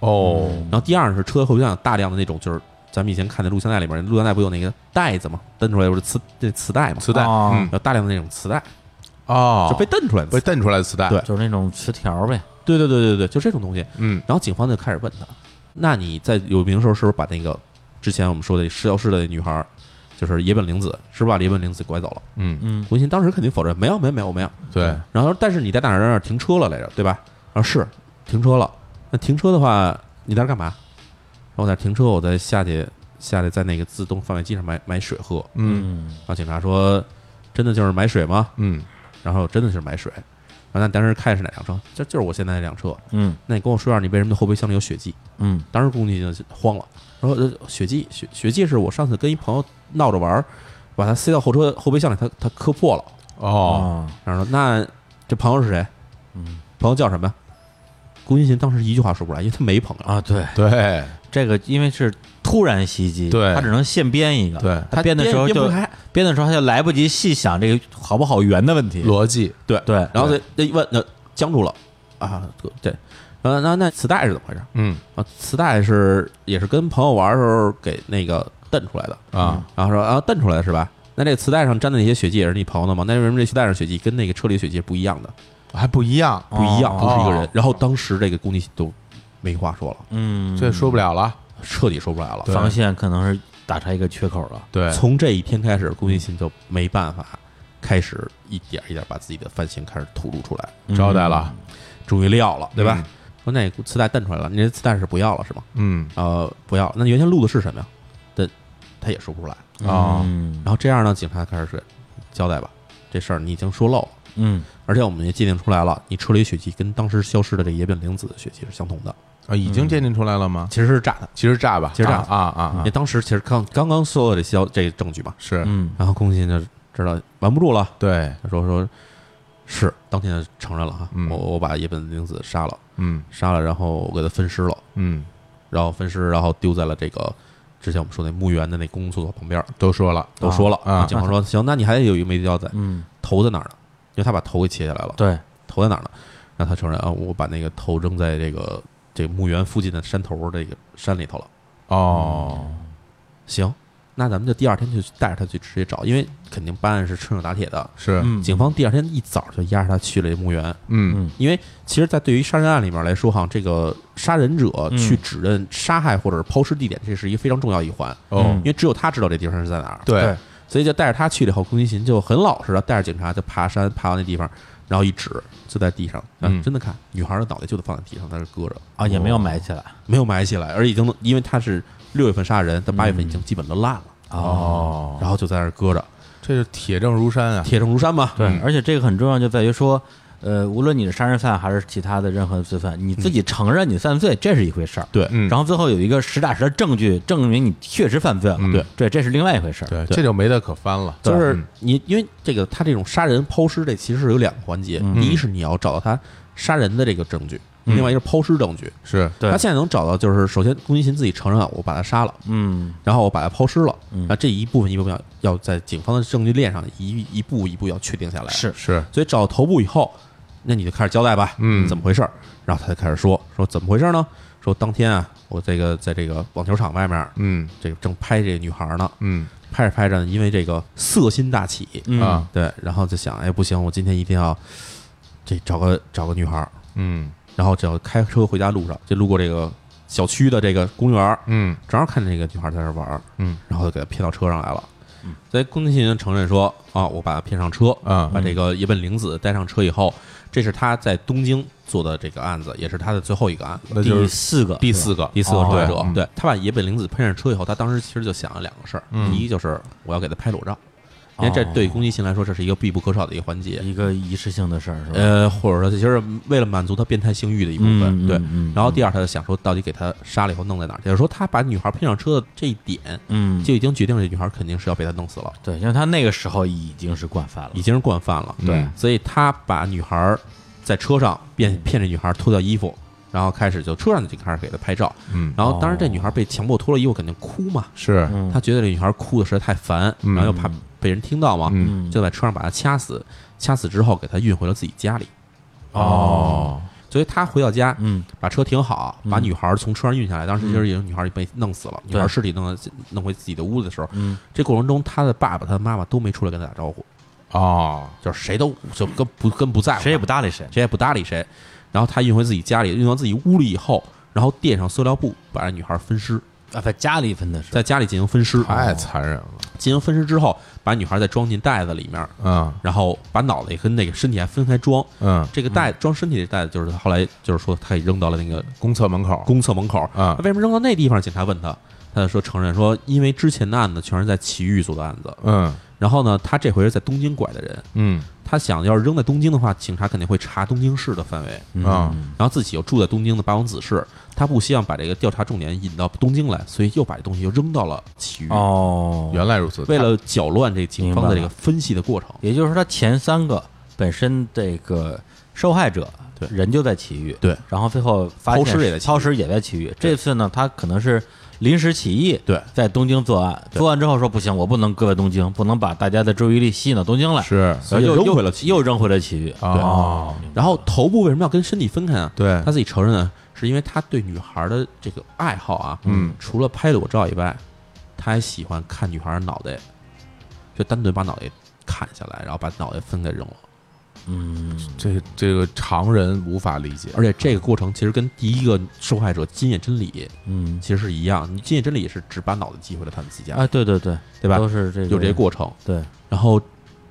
Speaker 2: 哦
Speaker 4: 然后第二是车后备箱有大量的那种，就是咱们以前看的录像带里面，录像带不有那个袋子嘛，蹬出来不是磁那磁带嘛，
Speaker 2: 磁带
Speaker 1: 哦
Speaker 2: 嗯
Speaker 4: 然后大量的那种磁带
Speaker 2: 哦
Speaker 4: 就被蹬出来的
Speaker 2: 被
Speaker 4: 磁带。
Speaker 2: 蹬出来的磁带
Speaker 4: 对
Speaker 1: 就是那种词条呗，
Speaker 4: 对对对对对，就这种东西。
Speaker 2: 嗯
Speaker 4: 然后警方就开始问他：“那你在有名的时候是不是把那个之前我们说的消失的女孩儿，就是野本玲子，是不是把野本玲子拐走了
Speaker 2: 嗯
Speaker 1: 嗯？”
Speaker 4: 吴昕当时肯定否认，没有没有没有没有。
Speaker 2: 对
Speaker 4: 然后但是你在哪儿哪儿哪儿停车了来着，对吧？啊是停车了。那停车的话，你在那儿干嘛？然后我在那儿停车，我再下去下来，在那个自动贩卖机上买买水喝。
Speaker 2: 嗯
Speaker 1: 嗯
Speaker 4: 然后警察说：“真的就是买水吗
Speaker 2: 嗯？”
Speaker 4: 然后真的是买水。然后那当时看是哪辆车，就就是我现在那辆车。
Speaker 1: 嗯
Speaker 4: 那你跟我说一下，你为什么后备箱里有血迹？
Speaker 1: 嗯
Speaker 4: 当时宫崎就慌了，然后呃血迹血血迹是我上次跟一朋友闹着玩儿，把它塞到后车后备箱里，它它磕破了。
Speaker 2: 哦
Speaker 1: 啊
Speaker 4: 然后说那这朋友是谁？
Speaker 1: 嗯
Speaker 4: 朋友叫什么？宫崎勤当时一句话说不出来，因为他没朋友，
Speaker 1: 啊，对，
Speaker 2: 对
Speaker 1: 这个因为是突然袭击，
Speaker 2: 对
Speaker 1: 他只能现编一个，
Speaker 2: 对
Speaker 1: 他编的时候
Speaker 4: 编
Speaker 1: 就
Speaker 4: 不开。
Speaker 1: 编的时候他就来不及细想这个好不好圆的问题，
Speaker 2: 逻辑
Speaker 4: 对，
Speaker 1: 对，
Speaker 4: 然后这这一问，那僵住了啊，对，然后那那磁带是怎么回事
Speaker 2: 嗯
Speaker 4: 啊？磁带是也是跟朋友玩的时候给那个蹬出来的，
Speaker 2: 啊
Speaker 4: 然后说啊蹬出来的是吧？那这个磁带上沾的那些血迹也是你朋友的吗？那为什么这磁带上血迹跟那个车里的血迹不一样的？
Speaker 2: 还不一样，
Speaker 4: 不一样，
Speaker 1: 哦
Speaker 4: 不是一个人
Speaker 2: 哦。
Speaker 4: 然后当时这个宫崎勤都没话说了，
Speaker 1: 嗯，
Speaker 2: 这说不了了
Speaker 4: 彻底说不出来了。
Speaker 2: 对
Speaker 1: 防线可能是打开一个缺口了，
Speaker 2: 对
Speaker 4: 从这一天开始，宫崎勤就没办法，开始一点一点把自己的犯行开始吐露出来，
Speaker 2: 嗯招待了
Speaker 4: 终于撂了，对吧？
Speaker 2: 嗯
Speaker 4: 说那磁带瞪出来了，你这磁带是不要了是吗？
Speaker 2: 嗯
Speaker 4: 呃，不要了。那原先录的是什么呀？但他也说不出来。
Speaker 2: 啊
Speaker 1: 嗯
Speaker 4: 然后这样呢，警察开始说交代吧，这事儿你已经说漏了，
Speaker 1: 嗯
Speaker 4: 而且我们也鉴定出来了，你车里血迹跟当时消失的这野本玲子的血迹是相同的，
Speaker 2: 啊已经鉴定出来了吗？
Speaker 4: 其实是炸的。
Speaker 2: 其实炸吧，
Speaker 4: 其实炸
Speaker 2: 啊啊啊
Speaker 4: 因为当时其实刚刚刚搜到这消这个证据嘛，
Speaker 2: 是
Speaker 1: 嗯
Speaker 4: 然后宫崎勤就知道瞒不住了，
Speaker 2: 对
Speaker 4: 他说说是当天就承认了哈，
Speaker 2: 嗯
Speaker 4: 我我把野本玲子杀了，
Speaker 2: 嗯
Speaker 4: 杀了，然后我给他分尸了，
Speaker 2: 嗯
Speaker 4: 然后分尸，然后丢在了这个之前我们说那墓园的那公共厕所旁边儿，
Speaker 2: 都说了
Speaker 4: 都说了。
Speaker 2: 啊
Speaker 4: 警方说行，那你还得有一个没交代，
Speaker 1: 嗯，
Speaker 4: 头在哪儿呢？因为他把头给切下来了，
Speaker 1: 对，
Speaker 4: 头在哪儿呢？然后他承认啊，我把那个头扔在这个这个墓园附近的山头儿这个山里头了。
Speaker 2: 哦
Speaker 4: 行，那咱们就第二天就去带着他去直接找，因为肯定办案是趁热打铁的。
Speaker 2: 是
Speaker 1: 嗯
Speaker 4: 警方第二天一早就押着他去了这墓园，
Speaker 2: 嗯
Speaker 1: 嗯
Speaker 4: 因为其实，在对于杀人案里面来说，哈，这个杀人者
Speaker 1: 嗯
Speaker 4: 去指认杀害或者是抛尸地点，这是一个非常重要一环，
Speaker 2: 哦
Speaker 1: 嗯
Speaker 4: 因为只有他知道这地方是在哪儿，
Speaker 2: 对
Speaker 4: 所以就带着他去了以后，宫崎勤就很老实的带着警察就爬山，爬到那地方，然后一指就在地上，啊
Speaker 2: 嗯
Speaker 4: 真的看女孩的脑袋就放在地上，在那搁着，
Speaker 2: 哦
Speaker 4: 哎
Speaker 1: 啊也没有埋起来，
Speaker 4: 没有埋起来，而已经能因为他是六月份杀人，但八月份已经基本都烂了，
Speaker 2: 哦，
Speaker 4: 然后就在那儿搁着，
Speaker 2: 这是铁证如山啊！
Speaker 4: 铁证如山嘛。
Speaker 1: 对
Speaker 2: 嗯，
Speaker 1: 而且这个很重要，就在于说，呃，无论你是杀人犯还是其他的任何罪犯，你自己承认你犯罪，这是一回事儿。
Speaker 4: 对
Speaker 2: 嗯
Speaker 1: 然后最后有一个实打实的证据证明你确实犯罪了
Speaker 2: 嗯，对
Speaker 1: 对，这是另外一回事儿。
Speaker 2: 对，这就没得可翻了。
Speaker 4: 就是
Speaker 2: 嗯
Speaker 4: 你，因为这个他这种杀人抛尸，这其实是有两个环节。第一是你要找到他杀人的这个证据，另外一个是抛尸证据。
Speaker 2: 是哎
Speaker 1: 对
Speaker 4: 他现在能找到，就是首先宫崎勤自己承认了我把他杀了，
Speaker 1: 嗯，
Speaker 4: 然后我把他抛尸了，那这一部分一部分要要在警方的证据链上一一步一步要确定下来。
Speaker 1: 是
Speaker 2: 是，
Speaker 4: 所以找到头部以后，那你就开始交代吧，
Speaker 2: 嗯
Speaker 4: 怎么回事儿？然后他就开始说说怎么回事儿呢？说当天啊，我这个在这个网球场外面，
Speaker 2: 嗯
Speaker 4: 这个正拍这个女孩呢，
Speaker 2: 嗯
Speaker 4: 拍着拍着，因为这个色心大起，
Speaker 1: 嗯
Speaker 2: 啊
Speaker 4: 对，然后就想，哎，不行，我今天一定要这找个找个女孩儿，
Speaker 2: 嗯
Speaker 4: 然后只要开车回家路上，就路过这个小区的这个公园儿，
Speaker 2: 嗯
Speaker 4: 正好看见这个女孩在那玩儿，
Speaker 2: 嗯
Speaker 4: 然后就给她骗到车上来了。所以宫崎勤承认说啊，我把她骗上车，
Speaker 2: 啊
Speaker 4: 把这个野本玲子带上车以后，这是他在东京做的这个案子，也是他的最后一个案子，
Speaker 2: 那就是
Speaker 1: 第四个，
Speaker 2: 第四个
Speaker 4: 第四个受害者。
Speaker 2: 哦对嗯
Speaker 4: 对他把野本玲子骗上车以后，他当时其实就想了两个事儿，
Speaker 2: 嗯哦
Speaker 4: 第一就是我要给她拍裸照，因为这对宫崎勤来说这是一个必不可少的一个环节。
Speaker 1: 一个仪式性的事儿是吧？
Speaker 4: 呃，或者说其实为了满足他变态性欲的一部分，
Speaker 1: 嗯嗯
Speaker 4: 对。
Speaker 1: 嗯
Speaker 4: 然后第二，他就想说，到底给他杀了以后弄在哪儿？也就是说，他把女孩骗上车的这一点，
Speaker 1: 嗯，
Speaker 4: 就已经决定了这女孩肯定是要被他弄死了，
Speaker 1: 对，因为他那个时候已经是惯犯了
Speaker 4: 已，经是惯犯了。
Speaker 2: 对
Speaker 4: 嗯所以他把女孩在车上骗骗这女孩脱掉衣服，然后开始就车上就开始给她拍照。
Speaker 2: 嗯，
Speaker 4: 然后当时这女孩被强迫脱了衣服，肯定哭嘛，
Speaker 2: 是
Speaker 1: 嗯
Speaker 4: 他觉得这女孩哭的实在太烦，然后又怕被人听到嘛，
Speaker 2: 嗯
Speaker 4: 就在车上把她掐死，掐死之后给她运回了自己家里。
Speaker 2: 哦，
Speaker 4: 所以他回到家，
Speaker 1: 嗯，
Speaker 4: 把车停好，把女孩从车上运下来。当时其实有女孩被弄死了，女孩
Speaker 1: 对
Speaker 4: 尸体弄到弄回自己的屋子的时候，
Speaker 1: 嗯
Speaker 4: 这过程中他的爸爸、他的妈妈都没出来跟他打招呼，
Speaker 2: 哦，
Speaker 4: 就是谁都就跟不跟不在乎，
Speaker 1: 谁也不搭理谁。
Speaker 4: 谁也不搭理谁。然后他运回自己家里，运到自己屋里以后，然后垫上塑料布把这女孩分尸，
Speaker 1: 啊，在家里分的是，
Speaker 4: 在家里进行分尸，
Speaker 2: 太残忍了。
Speaker 4: 进行分尸之后，把女孩再装进袋子里面，
Speaker 2: 嗯
Speaker 4: 然后把脑袋跟那个身体还分开装。
Speaker 2: 嗯，
Speaker 4: 这个袋装身体的袋子，就是后来就是说他给扔到了那个
Speaker 2: 公厕门口，
Speaker 4: 公厕门口。
Speaker 2: 啊
Speaker 4: 那为什么扔到那地方？警察问他，他就说承认说，因为之前的案子全是在埼玉做的案子，
Speaker 2: 嗯
Speaker 4: 然后呢，他这回是在东京拐的人，
Speaker 2: 嗯
Speaker 4: 他想要是扔在东京的话，警察肯定会查东京市的范围，
Speaker 2: 啊
Speaker 4: 然后自己又住在东京的八王子市，他不希望把这个调查重点引到东京来，所以又把这东西又扔到了埼玉。
Speaker 1: 哦，
Speaker 2: 原来如此。
Speaker 4: 为了搅乱这个警方的这
Speaker 1: 明白
Speaker 4: 个
Speaker 1: 了
Speaker 4: 分析的过程，
Speaker 1: 也就是说，他前三个本身这个受害者
Speaker 4: 对
Speaker 1: 人就在奇遇，
Speaker 4: 对，
Speaker 1: 然后最后发
Speaker 4: 抛
Speaker 1: 现
Speaker 4: 尸也在奇遇
Speaker 1: 抛尸也在奇遇。这次呢，他可能是临时起意，
Speaker 4: 对
Speaker 1: 在东京作案，
Speaker 4: 对
Speaker 1: 作案之后说不行，我不能搁在东京，不能把大家的注意力吸引到东京来，
Speaker 2: 是
Speaker 1: 所以又
Speaker 4: 又扔回了
Speaker 1: 又
Speaker 4: 啊奇遇
Speaker 1: 又扔回了奇遇。
Speaker 2: 哦，
Speaker 4: 然后头部为什么要跟身体分开呢？
Speaker 2: 对
Speaker 4: 他自己承认呢，是因为他对女孩的这个爱好啊，
Speaker 2: 嗯，
Speaker 4: 除了拍裸照以外，他还喜欢看女孩的脑袋，就单独把脑袋砍下来，然后把脑袋分给扔了。
Speaker 1: 嗯，
Speaker 2: 这这个常人无法理解。
Speaker 4: 而且这个过程其实跟第一个受害者金野真理
Speaker 1: 嗯
Speaker 4: 其实是一样，你金野真理也是只把脑袋寄回了他们自己家，
Speaker 1: 啊，对对对，
Speaker 4: 对吧
Speaker 1: 都是这个
Speaker 4: 有这个过程。
Speaker 1: 对，
Speaker 4: 然后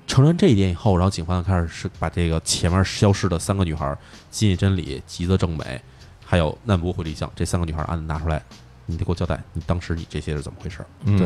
Speaker 4: 承认这一点以后，然后警方就开始是把这个前面消失的三个女孩金野真理、吉泽正美，还有难波惠梨香这三个女孩案子拿出来，你得给我交代，你当时你这些是怎么回事儿？
Speaker 2: 嗯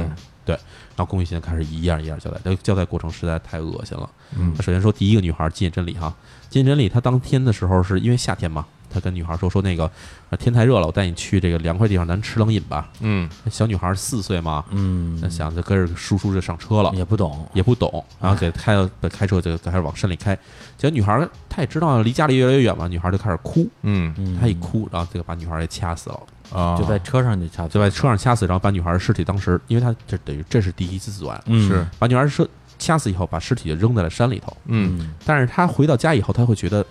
Speaker 1: 对
Speaker 4: 然后宫崎现在开始一样一样交代，这个交代过程实在太恶心了。
Speaker 2: 嗯
Speaker 4: 首先说第一个女孩金野真理哈，金野真理她当天的时候是因为夏天嘛，她跟女孩说说那个呃天太热了，我带你去这个凉快地方，咱吃冷饮吧。
Speaker 2: 嗯
Speaker 4: 那小女孩四岁嘛，
Speaker 1: 嗯
Speaker 4: 那，想着跟着叔叔就上车了，
Speaker 1: 也不懂，
Speaker 4: 也不懂，然后给开了开车就开始往山里开。结果女孩儿她也知道离家里越来越远嘛，女孩儿就开始哭，
Speaker 2: 嗯
Speaker 1: 嗯
Speaker 4: 她一哭，然后这个把女孩儿给掐死了，
Speaker 2: 啊，
Speaker 1: 就在车上就掐
Speaker 4: 就
Speaker 1: 嘴，
Speaker 4: 在车上掐死，然后把女孩儿尸体当时，因为她这等于这是第一次作案，
Speaker 1: 嗯
Speaker 2: 是
Speaker 4: 把女孩儿尸掐死以后，把尸体就扔在了山里头。
Speaker 2: 嗯
Speaker 1: 嗯
Speaker 4: 但是她回到家以后，她会觉得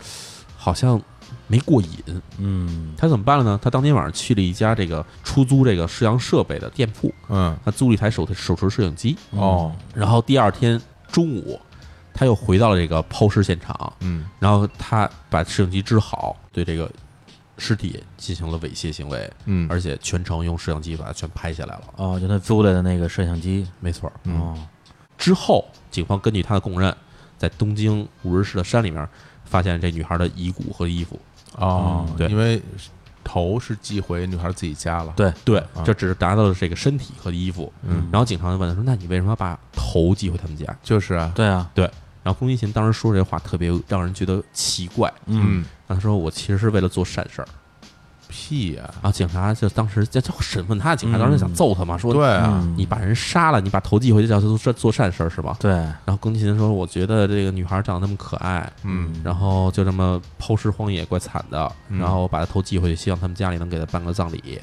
Speaker 4: 好像没过瘾，
Speaker 1: 嗯
Speaker 4: 她怎么办了呢？她当天晚上去了一家这个出租这个摄像设备的店铺，
Speaker 2: 嗯
Speaker 4: 她租了一台手提手持摄影机，
Speaker 1: 嗯
Speaker 2: 哦
Speaker 4: 然后第二天中午，他又回到了这个抛尸现场，
Speaker 2: 嗯
Speaker 4: 然后他把摄影机支好，对这个尸体进行了猥亵行为，
Speaker 2: 嗯，
Speaker 4: 而且全程用摄像机把它全拍下来了。
Speaker 1: 哦，就他租来的那个摄像机，
Speaker 4: 没错，
Speaker 2: 嗯
Speaker 1: 哦，
Speaker 4: 之后警方根据他的供认，在东京五日市的山里面发现这女孩的遗骨和衣服。
Speaker 2: 哦，
Speaker 4: 对
Speaker 2: 因为头是寄回女孩自己家了。
Speaker 1: 对，
Speaker 4: 对
Speaker 2: 啊，
Speaker 4: 这只是达到了这个身体和衣服。
Speaker 2: 嗯
Speaker 4: 然后警察就问他说：“那你为什么要把头寄回他们家
Speaker 2: 就是啊，
Speaker 1: 对啊，？”
Speaker 4: 然后宫崎勤当时说这话特别让人觉得奇怪。
Speaker 1: 嗯，
Speaker 4: 然后他说：“我其实是为了做善事儿。
Speaker 2: 屁呀、”
Speaker 4: 然后警察就当时在审问他，警察当时想揍他嘛，说：“
Speaker 2: 对啊，
Speaker 1: 嗯
Speaker 4: 你把人杀了，你把头寄回去叫做做善事儿是吧？”
Speaker 1: 对，
Speaker 4: 然后宫崎勤说：“我觉得这个女孩长得那么可爱，
Speaker 2: 嗯
Speaker 4: 然后就这么抛尸荒野，怪惨的。
Speaker 2: 嗯
Speaker 4: 然后把她头寄回去，希望他们家里能给她办个葬礼。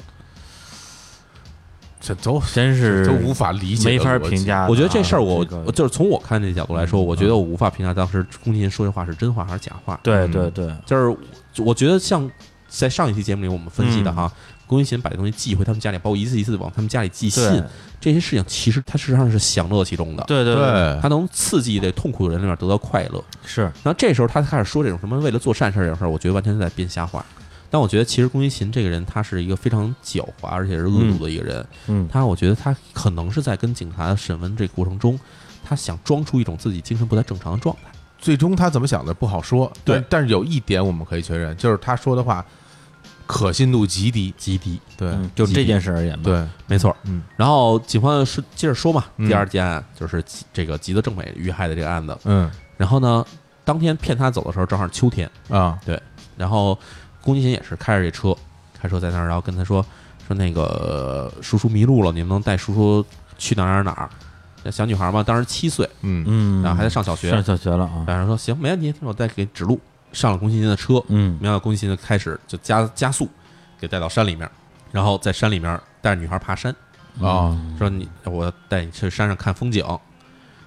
Speaker 2: 这都
Speaker 1: 真是
Speaker 2: 都无法理解，
Speaker 1: 没法评。价。
Speaker 4: 我觉得这事儿我，
Speaker 1: 啊嗯这个
Speaker 4: 我就是从我看这角度来说，我觉得我无法评价当时宫崎勤说这话是真话还是假话。
Speaker 1: 对
Speaker 2: 嗯
Speaker 1: 对对，
Speaker 4: 就是我觉得像在上一期节目里我们分析的
Speaker 1: 嗯
Speaker 4: 哈，宫崎勤把这东西寄回他们家里，包括一次一次地往他们家里寄信，
Speaker 1: 对
Speaker 4: 这些事情其实他实际上是享乐其中的，
Speaker 1: 对对
Speaker 2: 对，
Speaker 1: 对，
Speaker 4: 他能刺激这痛苦的人里面得到快乐。
Speaker 1: 是
Speaker 4: 然后这时候他开始说这种什么为了做善事儿这种事儿，我觉得完全是在编瞎话。但我觉得其实宫崎勤这个人，他是一个非常狡猾而且是恶毒的一个人。
Speaker 1: 嗯
Speaker 4: 他我觉得他可能是在跟警察审问这个过程中，他想装出一种自己精神不太正常的状态。
Speaker 2: 最终他怎么想的不好说。
Speaker 4: 对
Speaker 2: 但，但是有一点我们可以确认，就是他说的话可信度极低，
Speaker 4: 极低，
Speaker 2: 对、
Speaker 1: 嗯，就这件事而言吧。
Speaker 2: 对，
Speaker 4: 没错。
Speaker 2: 嗯，
Speaker 4: 然后警方是接着说嘛，
Speaker 2: 嗯
Speaker 4: 第二件案就是吉这个吉泽正美遇害的这个案子。
Speaker 2: 嗯
Speaker 4: 然后呢，当天骗他走的时候正好是秋天，
Speaker 2: 啊，
Speaker 4: 然后宫崎勤也是开着这车，开车在那儿，然后跟他说说那个呃叔叔迷路了，你们能带叔叔去哪儿哪儿哪儿？那小女孩嘛，当时七岁，
Speaker 2: 嗯
Speaker 1: 嗯，
Speaker 4: 然后还在上小学。
Speaker 1: 上小学了啊。
Speaker 4: 然后说行，没问题，我再给指路。上了宫崎勤的车，
Speaker 1: 嗯
Speaker 4: 没想到宫崎勤就开始就加加速，给带到山里面，然后在山里面带着女孩爬山，
Speaker 2: 啊，
Speaker 1: 嗯
Speaker 4: 说你我带你去山上看风景。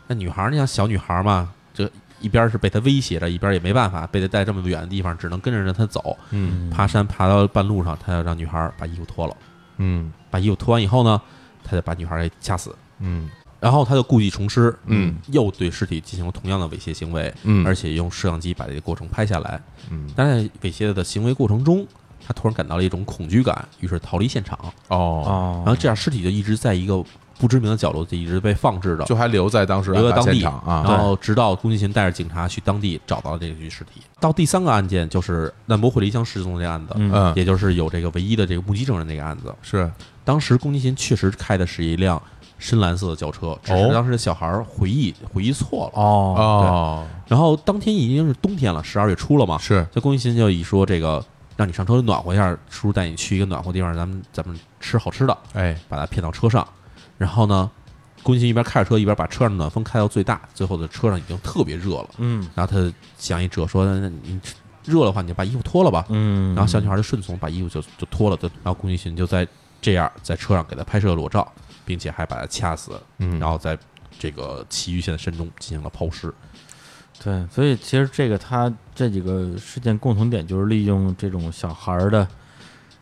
Speaker 4: 那女孩儿，你像小女孩儿嘛，这一边是被他威胁着，一边也没办法，被他带这么远的地方，只能跟着他走。
Speaker 2: 嗯
Speaker 4: 爬山爬到半路上，他要让女孩儿把衣服脱了，
Speaker 2: 嗯
Speaker 4: 把衣服脱完以后呢，他就把女孩儿给掐死，
Speaker 2: 嗯
Speaker 4: 然后他就故技重施，
Speaker 2: 嗯，
Speaker 4: 又对尸体进行了同样的猥亵行为，
Speaker 2: 嗯
Speaker 4: 而且用摄像机把这个过程拍下来。
Speaker 2: 嗯
Speaker 4: 但在猥亵的行为过程中，他突然感到了一种恐惧感，于是逃离现场，
Speaker 2: 哦，
Speaker 1: 哦
Speaker 4: 然，后这样尸体就一直在一个不知名的角落就一直被放置着。
Speaker 2: 就还留在当时
Speaker 4: 留在
Speaker 2: 案发
Speaker 4: 当
Speaker 2: 现
Speaker 4: 地
Speaker 2: 场啊，
Speaker 4: 然后直到宫崎勤带着警察去当地找到了这具尸体。到第三个案件就是难波惠梨香失踪这个案子，
Speaker 1: 嗯
Speaker 2: 嗯
Speaker 4: 也就是有这个唯一的这个目击证人这个案子。
Speaker 2: 是
Speaker 4: 当时宫崎勤确实开的是一辆深蓝色的轿车，只
Speaker 2: 哦
Speaker 4: 是当时的小孩儿回忆回忆错了。
Speaker 1: 哦
Speaker 2: 哦
Speaker 4: 然后当天已经是冬天了，十二月初了嘛，
Speaker 2: 是
Speaker 4: 所以宫崎勤就以说这个让你上车暖和一下，叔叔带你去一个暖和地方，咱们咱们吃好吃的，
Speaker 2: 哎
Speaker 4: 把他骗到车上。然后呢，宫崎勤一边开着车一边把车上的暖风开到最大，最后的车上已经特别热了。
Speaker 1: 嗯
Speaker 4: 然后他想一辙说：“那你热的话，你就把衣服脱了吧。”
Speaker 1: 嗯，
Speaker 4: 然后小女孩就顺从，把衣服就就脱了，就然后宫崎勤就在这样在车上给她拍摄裸照，并且还把她掐死，
Speaker 2: 嗯
Speaker 4: 然后在这个崎玉县的山中进行了抛尸。
Speaker 1: 对，所以其实这个他这几个事件共同点就是利用这种小孩儿的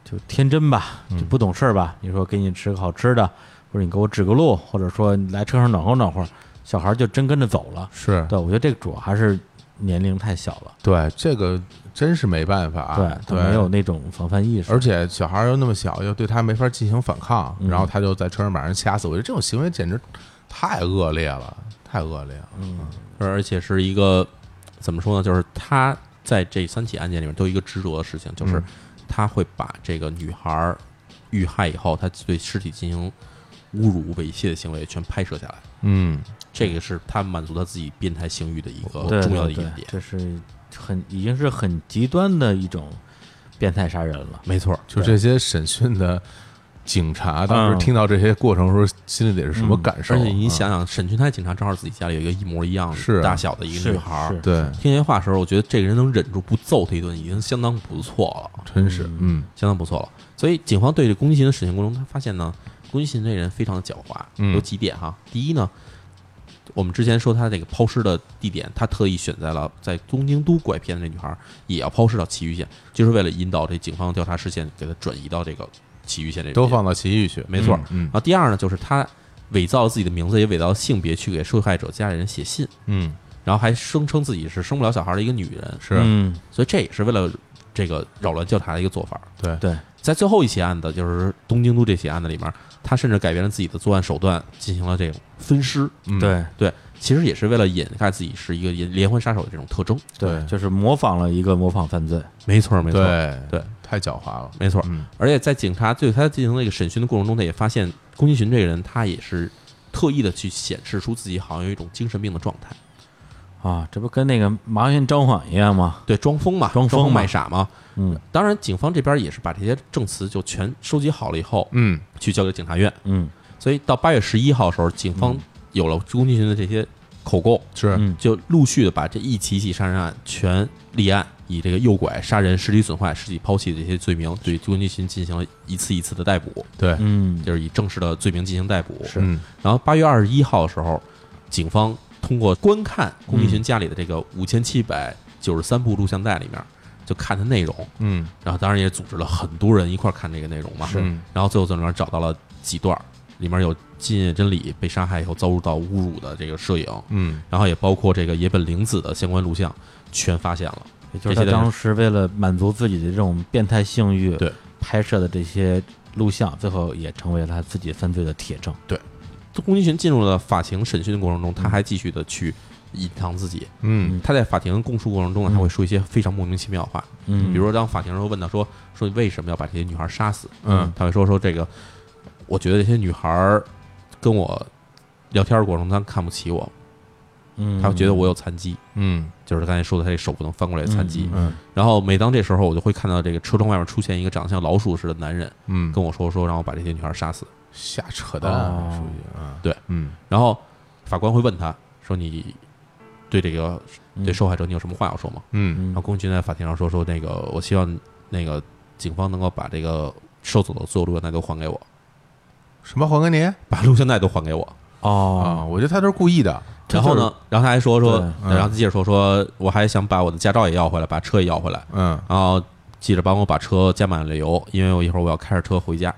Speaker 1: 就天真吧，就不懂事儿吧。你说给你吃个好吃的，或者你给我指个路，或者说你来车上暖和暖和，小孩儿就真跟着走了。
Speaker 2: 是
Speaker 1: 对，我觉得这个主要还是年龄太小了，
Speaker 2: 对这个真是没办法啊，
Speaker 1: 对他
Speaker 2: 对
Speaker 1: 没有那种防范意识。
Speaker 2: 而且小孩儿又那么小，又对他没法进行反抗，
Speaker 1: 嗯
Speaker 2: 然后他就在车上把人掐死。我觉得这种行为简直太恶劣了，太恶劣了。
Speaker 4: 而且是一个怎么说呢？就是他在这三起案件里面都有一个执着的事情，就是
Speaker 2: 嗯
Speaker 4: 他会把这个女孩儿遇害以后，他对尸体进行侮辱、猥亵的行为全拍摄下来。
Speaker 2: 嗯，
Speaker 4: 这个是他满足他自己变态性欲的一个
Speaker 1: 对
Speaker 4: 重要
Speaker 1: 对
Speaker 4: 的一个
Speaker 1: 对
Speaker 4: 点，。
Speaker 1: 这是很已经是很极端的一种变态杀人了。
Speaker 4: 没错，
Speaker 2: 就这些审讯的警察，当时
Speaker 1: 嗯
Speaker 2: 听到这些过程的时候，心里得是什么感受啊？
Speaker 4: 嗯而且你想想，沈群泰警察正好自己家里有一个一模一样
Speaker 2: 是啊
Speaker 4: 大小的一个
Speaker 1: 是
Speaker 4: 女孩儿
Speaker 1: 是，
Speaker 2: 嗯对，
Speaker 4: 听这话的时候，我觉得这个人能忍住不揍他一顿，已经相当不错了，
Speaker 2: 真是，嗯
Speaker 4: 相当不错了。所以警方对这宫崎勤的审讯过程中，他发现呢，宫崎勤这人非常的狡
Speaker 2: 嗯
Speaker 4: 猾，有几点哈。第一呢，我们之前说他这个抛尸的地点，他特意选在了在东京都拐骗的这女孩儿也要抛尸到崎玉县，就是为了引导这警方调查视线，给他转移到这个崎玉县这边
Speaker 2: 都放到奇遇去，
Speaker 4: 没错
Speaker 2: 嗯
Speaker 4: 然后第二呢，就是他伪造了自己的名字，也伪造了性别去给受害者家里人写信，
Speaker 2: 嗯，
Speaker 4: 然后还声称自己是生不了小孩的一个女人，
Speaker 2: 是，
Speaker 1: 嗯，
Speaker 4: 所以这也是为了这个扰乱调查的一个做法。
Speaker 2: 对，
Speaker 1: 对，
Speaker 4: 在最后一起案子，就是东京都这起案子里面，他甚至改变了自己的作案手段，进行了这种分尸。
Speaker 2: 嗯，
Speaker 1: 对
Speaker 4: 对，其实也是为了掩盖自己是一个连连环杀手的这种特征。
Speaker 1: 对，
Speaker 2: 对
Speaker 1: 就是模仿了一个模仿犯罪，
Speaker 4: 没错，没错，
Speaker 2: 对
Speaker 4: 对，
Speaker 2: 太狡猾了，
Speaker 4: 没错。
Speaker 2: 嗯
Speaker 4: 而且在警察对他进行那个审讯的过程中，他也发现宫崎骏这个人，他也是特意的去显示出自己好像有一种精神病的状态。
Speaker 1: 啊，这不跟那个麻原张晃一样吗？
Speaker 4: 对，装疯嘛，
Speaker 1: 装疯嘛
Speaker 4: 装疯卖傻嘛。
Speaker 1: 嗯
Speaker 4: 当然，警方这边也是把这些证词就全收集好了以后，
Speaker 2: 嗯，
Speaker 4: 去交给警察院。
Speaker 1: 嗯
Speaker 4: 所以到八月十一号的时候，警方有了宫崎骏的这些口供，
Speaker 2: 是，
Speaker 1: 嗯
Speaker 4: 就陆续的把这一起一起杀人案全立案，以这个诱拐、杀人、尸体损坏、尸体抛弃的这些罪名，对宫崎骏进行了一次一次的逮捕，
Speaker 2: 对，
Speaker 1: 嗯，
Speaker 4: 就是以正式的罪名进行逮捕。
Speaker 1: 是
Speaker 2: 嗯
Speaker 4: 然后八月二十一号的时候，警方通过观看
Speaker 1: 嗯
Speaker 4: 宫崎骏家里的这个五千七百九十三部录像带里面，就看它内容，
Speaker 2: 嗯
Speaker 4: 然后当然也组织了很多人一块儿看这个内容嘛。
Speaker 2: 是嗯
Speaker 4: 然后最后在里面找到了几段儿，里面有近野真理被杀害以后遭受到侮辱的这个摄影，
Speaker 2: 嗯
Speaker 4: 然后也包括这个野本玲子的相关录像，全发现了。
Speaker 1: 也就是他
Speaker 4: 这些的
Speaker 1: 当时为了满足自己的这种变态性欲，
Speaker 4: 对
Speaker 1: 拍摄的这些录像，最后也成为了他自己犯罪的铁证。
Speaker 4: 宫崎骏进入了法庭审讯的过程中，他还继续的去隐藏自己。
Speaker 2: 嗯
Speaker 4: 他在法庭供述过程中呢，他会说一些非常莫名其妙的话，
Speaker 1: 嗯，
Speaker 4: 比如说当法庭时候问到说说你为什么要把这些女孩杀死，
Speaker 2: 嗯
Speaker 4: 他会说说这个，我觉得这些女孩儿跟我聊天的过程中，她看不起我，
Speaker 1: 嗯，
Speaker 4: 她会觉得我有残疾，
Speaker 2: 嗯
Speaker 4: 就是刚才说的她这手不能翻过来的残疾。
Speaker 1: 嗯
Speaker 2: 嗯
Speaker 4: 然后每当这时候，我就会看到这个车窗外面出现一个长得像老鼠似的男人，
Speaker 2: 嗯，
Speaker 4: 跟我说说让我把这些女孩杀死。
Speaker 2: 瞎扯淡
Speaker 1: 哦，
Speaker 2: 属于啊，
Speaker 4: 对，
Speaker 2: 嗯
Speaker 4: 然后法官会问他说：“你对这个
Speaker 1: 嗯
Speaker 4: 对受害者你有什么话要说吗？”
Speaker 2: 嗯
Speaker 1: 嗯
Speaker 4: 然后龚俊在法庭上说：“说那个我希望那个警方能够把这个收走的所有录像带都还给我，
Speaker 2: 什么还给你
Speaker 4: 把录像带都还给我。
Speaker 1: 哦，
Speaker 2: 啊？我觉得他都是故意的，
Speaker 4: 然后呢，然后他还说说
Speaker 1: 对，
Speaker 2: 嗯
Speaker 4: 然后他接着说说我还想把我的驾照也要回来，把车也要回来，
Speaker 2: 嗯，
Speaker 4: 然后记着帮我把车加满了油，因为我一会儿我要开着车回家。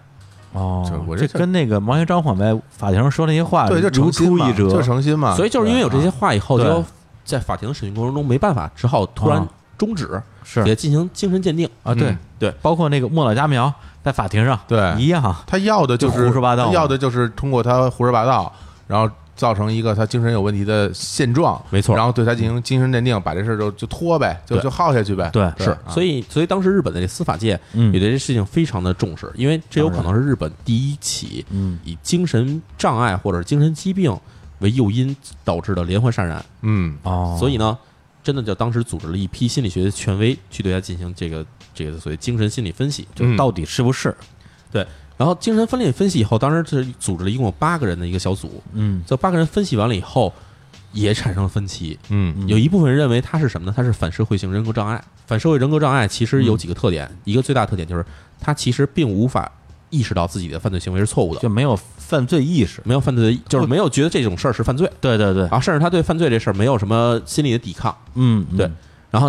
Speaker 2: 这
Speaker 1: 哦，
Speaker 2: 我
Speaker 1: 这
Speaker 2: 这
Speaker 1: 跟那个盲人张晃在法庭上说那些话，
Speaker 2: 对，就
Speaker 1: 如
Speaker 2: 诚心
Speaker 1: 出
Speaker 2: 嘛，
Speaker 1: 一辙，
Speaker 2: 就诚心嘛，
Speaker 4: 所以就是因为有这些话以后，
Speaker 1: 啊对
Speaker 4: 就在法庭的审讯过程中没办法，只好突然
Speaker 1: 啊
Speaker 4: 终止，
Speaker 1: 是
Speaker 4: 也进行精神鉴定。
Speaker 1: 啊，对
Speaker 2: 嗯
Speaker 4: 对，
Speaker 1: 包括那个莫老佳苗在法庭上
Speaker 2: 对
Speaker 1: 一样，
Speaker 2: 他要的就是
Speaker 1: 就胡说八道
Speaker 2: 他要的就是通过他胡说八道，然后造成一个他精神有问题的现状，
Speaker 4: 没错
Speaker 2: 然后对他进行精神鉴定，把这事儿就就拖呗，就
Speaker 4: 对
Speaker 2: 就耗下去呗，啊
Speaker 1: 对
Speaker 4: 是，所
Speaker 2: 以
Speaker 4: 以所以当时日本的这司法界
Speaker 1: 啊嗯
Speaker 4: 也对这事情非常的重视，因为这有可能是日本第一起
Speaker 1: 嗯
Speaker 4: 以精神障碍或者精神疾病为诱因导致的连环杀人案。
Speaker 2: 嗯
Speaker 1: 哦，
Speaker 4: 所以呢，真的就当时组织了一批心理学权威去对他进行这个这个所谓精神心理分析。
Speaker 2: 嗯
Speaker 1: 就到底是不是？
Speaker 4: 然后精神分裂分析以后，当时是组织了一共有八个人的一个小组，
Speaker 1: 嗯
Speaker 4: 这八个人分析完了以后，也产生了分歧。
Speaker 2: 嗯
Speaker 4: 有一部分认为他是什么呢？他是反社会性人格障碍。反社会人格障碍其实有几个特点，一个最大特点就是他其实并无法意识到自己的犯罪行为是错误的，
Speaker 1: 就没有犯罪意识。
Speaker 4: 没有犯罪的，就是没有觉得这种事儿是犯罪，
Speaker 1: 对对对
Speaker 4: 然，后甚至他对犯罪这事儿没有什么心理的抵抗。
Speaker 1: 嗯，嗯
Speaker 4: 对，然后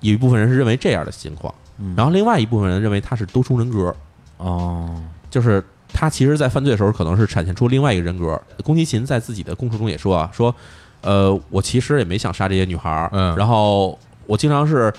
Speaker 4: 有一部分人是认为这样的情况，然后另外一部分人认为他是多重人格，
Speaker 1: 哦，
Speaker 4: 就是他其实，在犯罪的时候可能是展现出另外一个人格。宫崎勤在自己的供述中也说啊，说，呃，我其实也没想杀这些女孩儿，
Speaker 2: 嗯
Speaker 4: 然后我经常是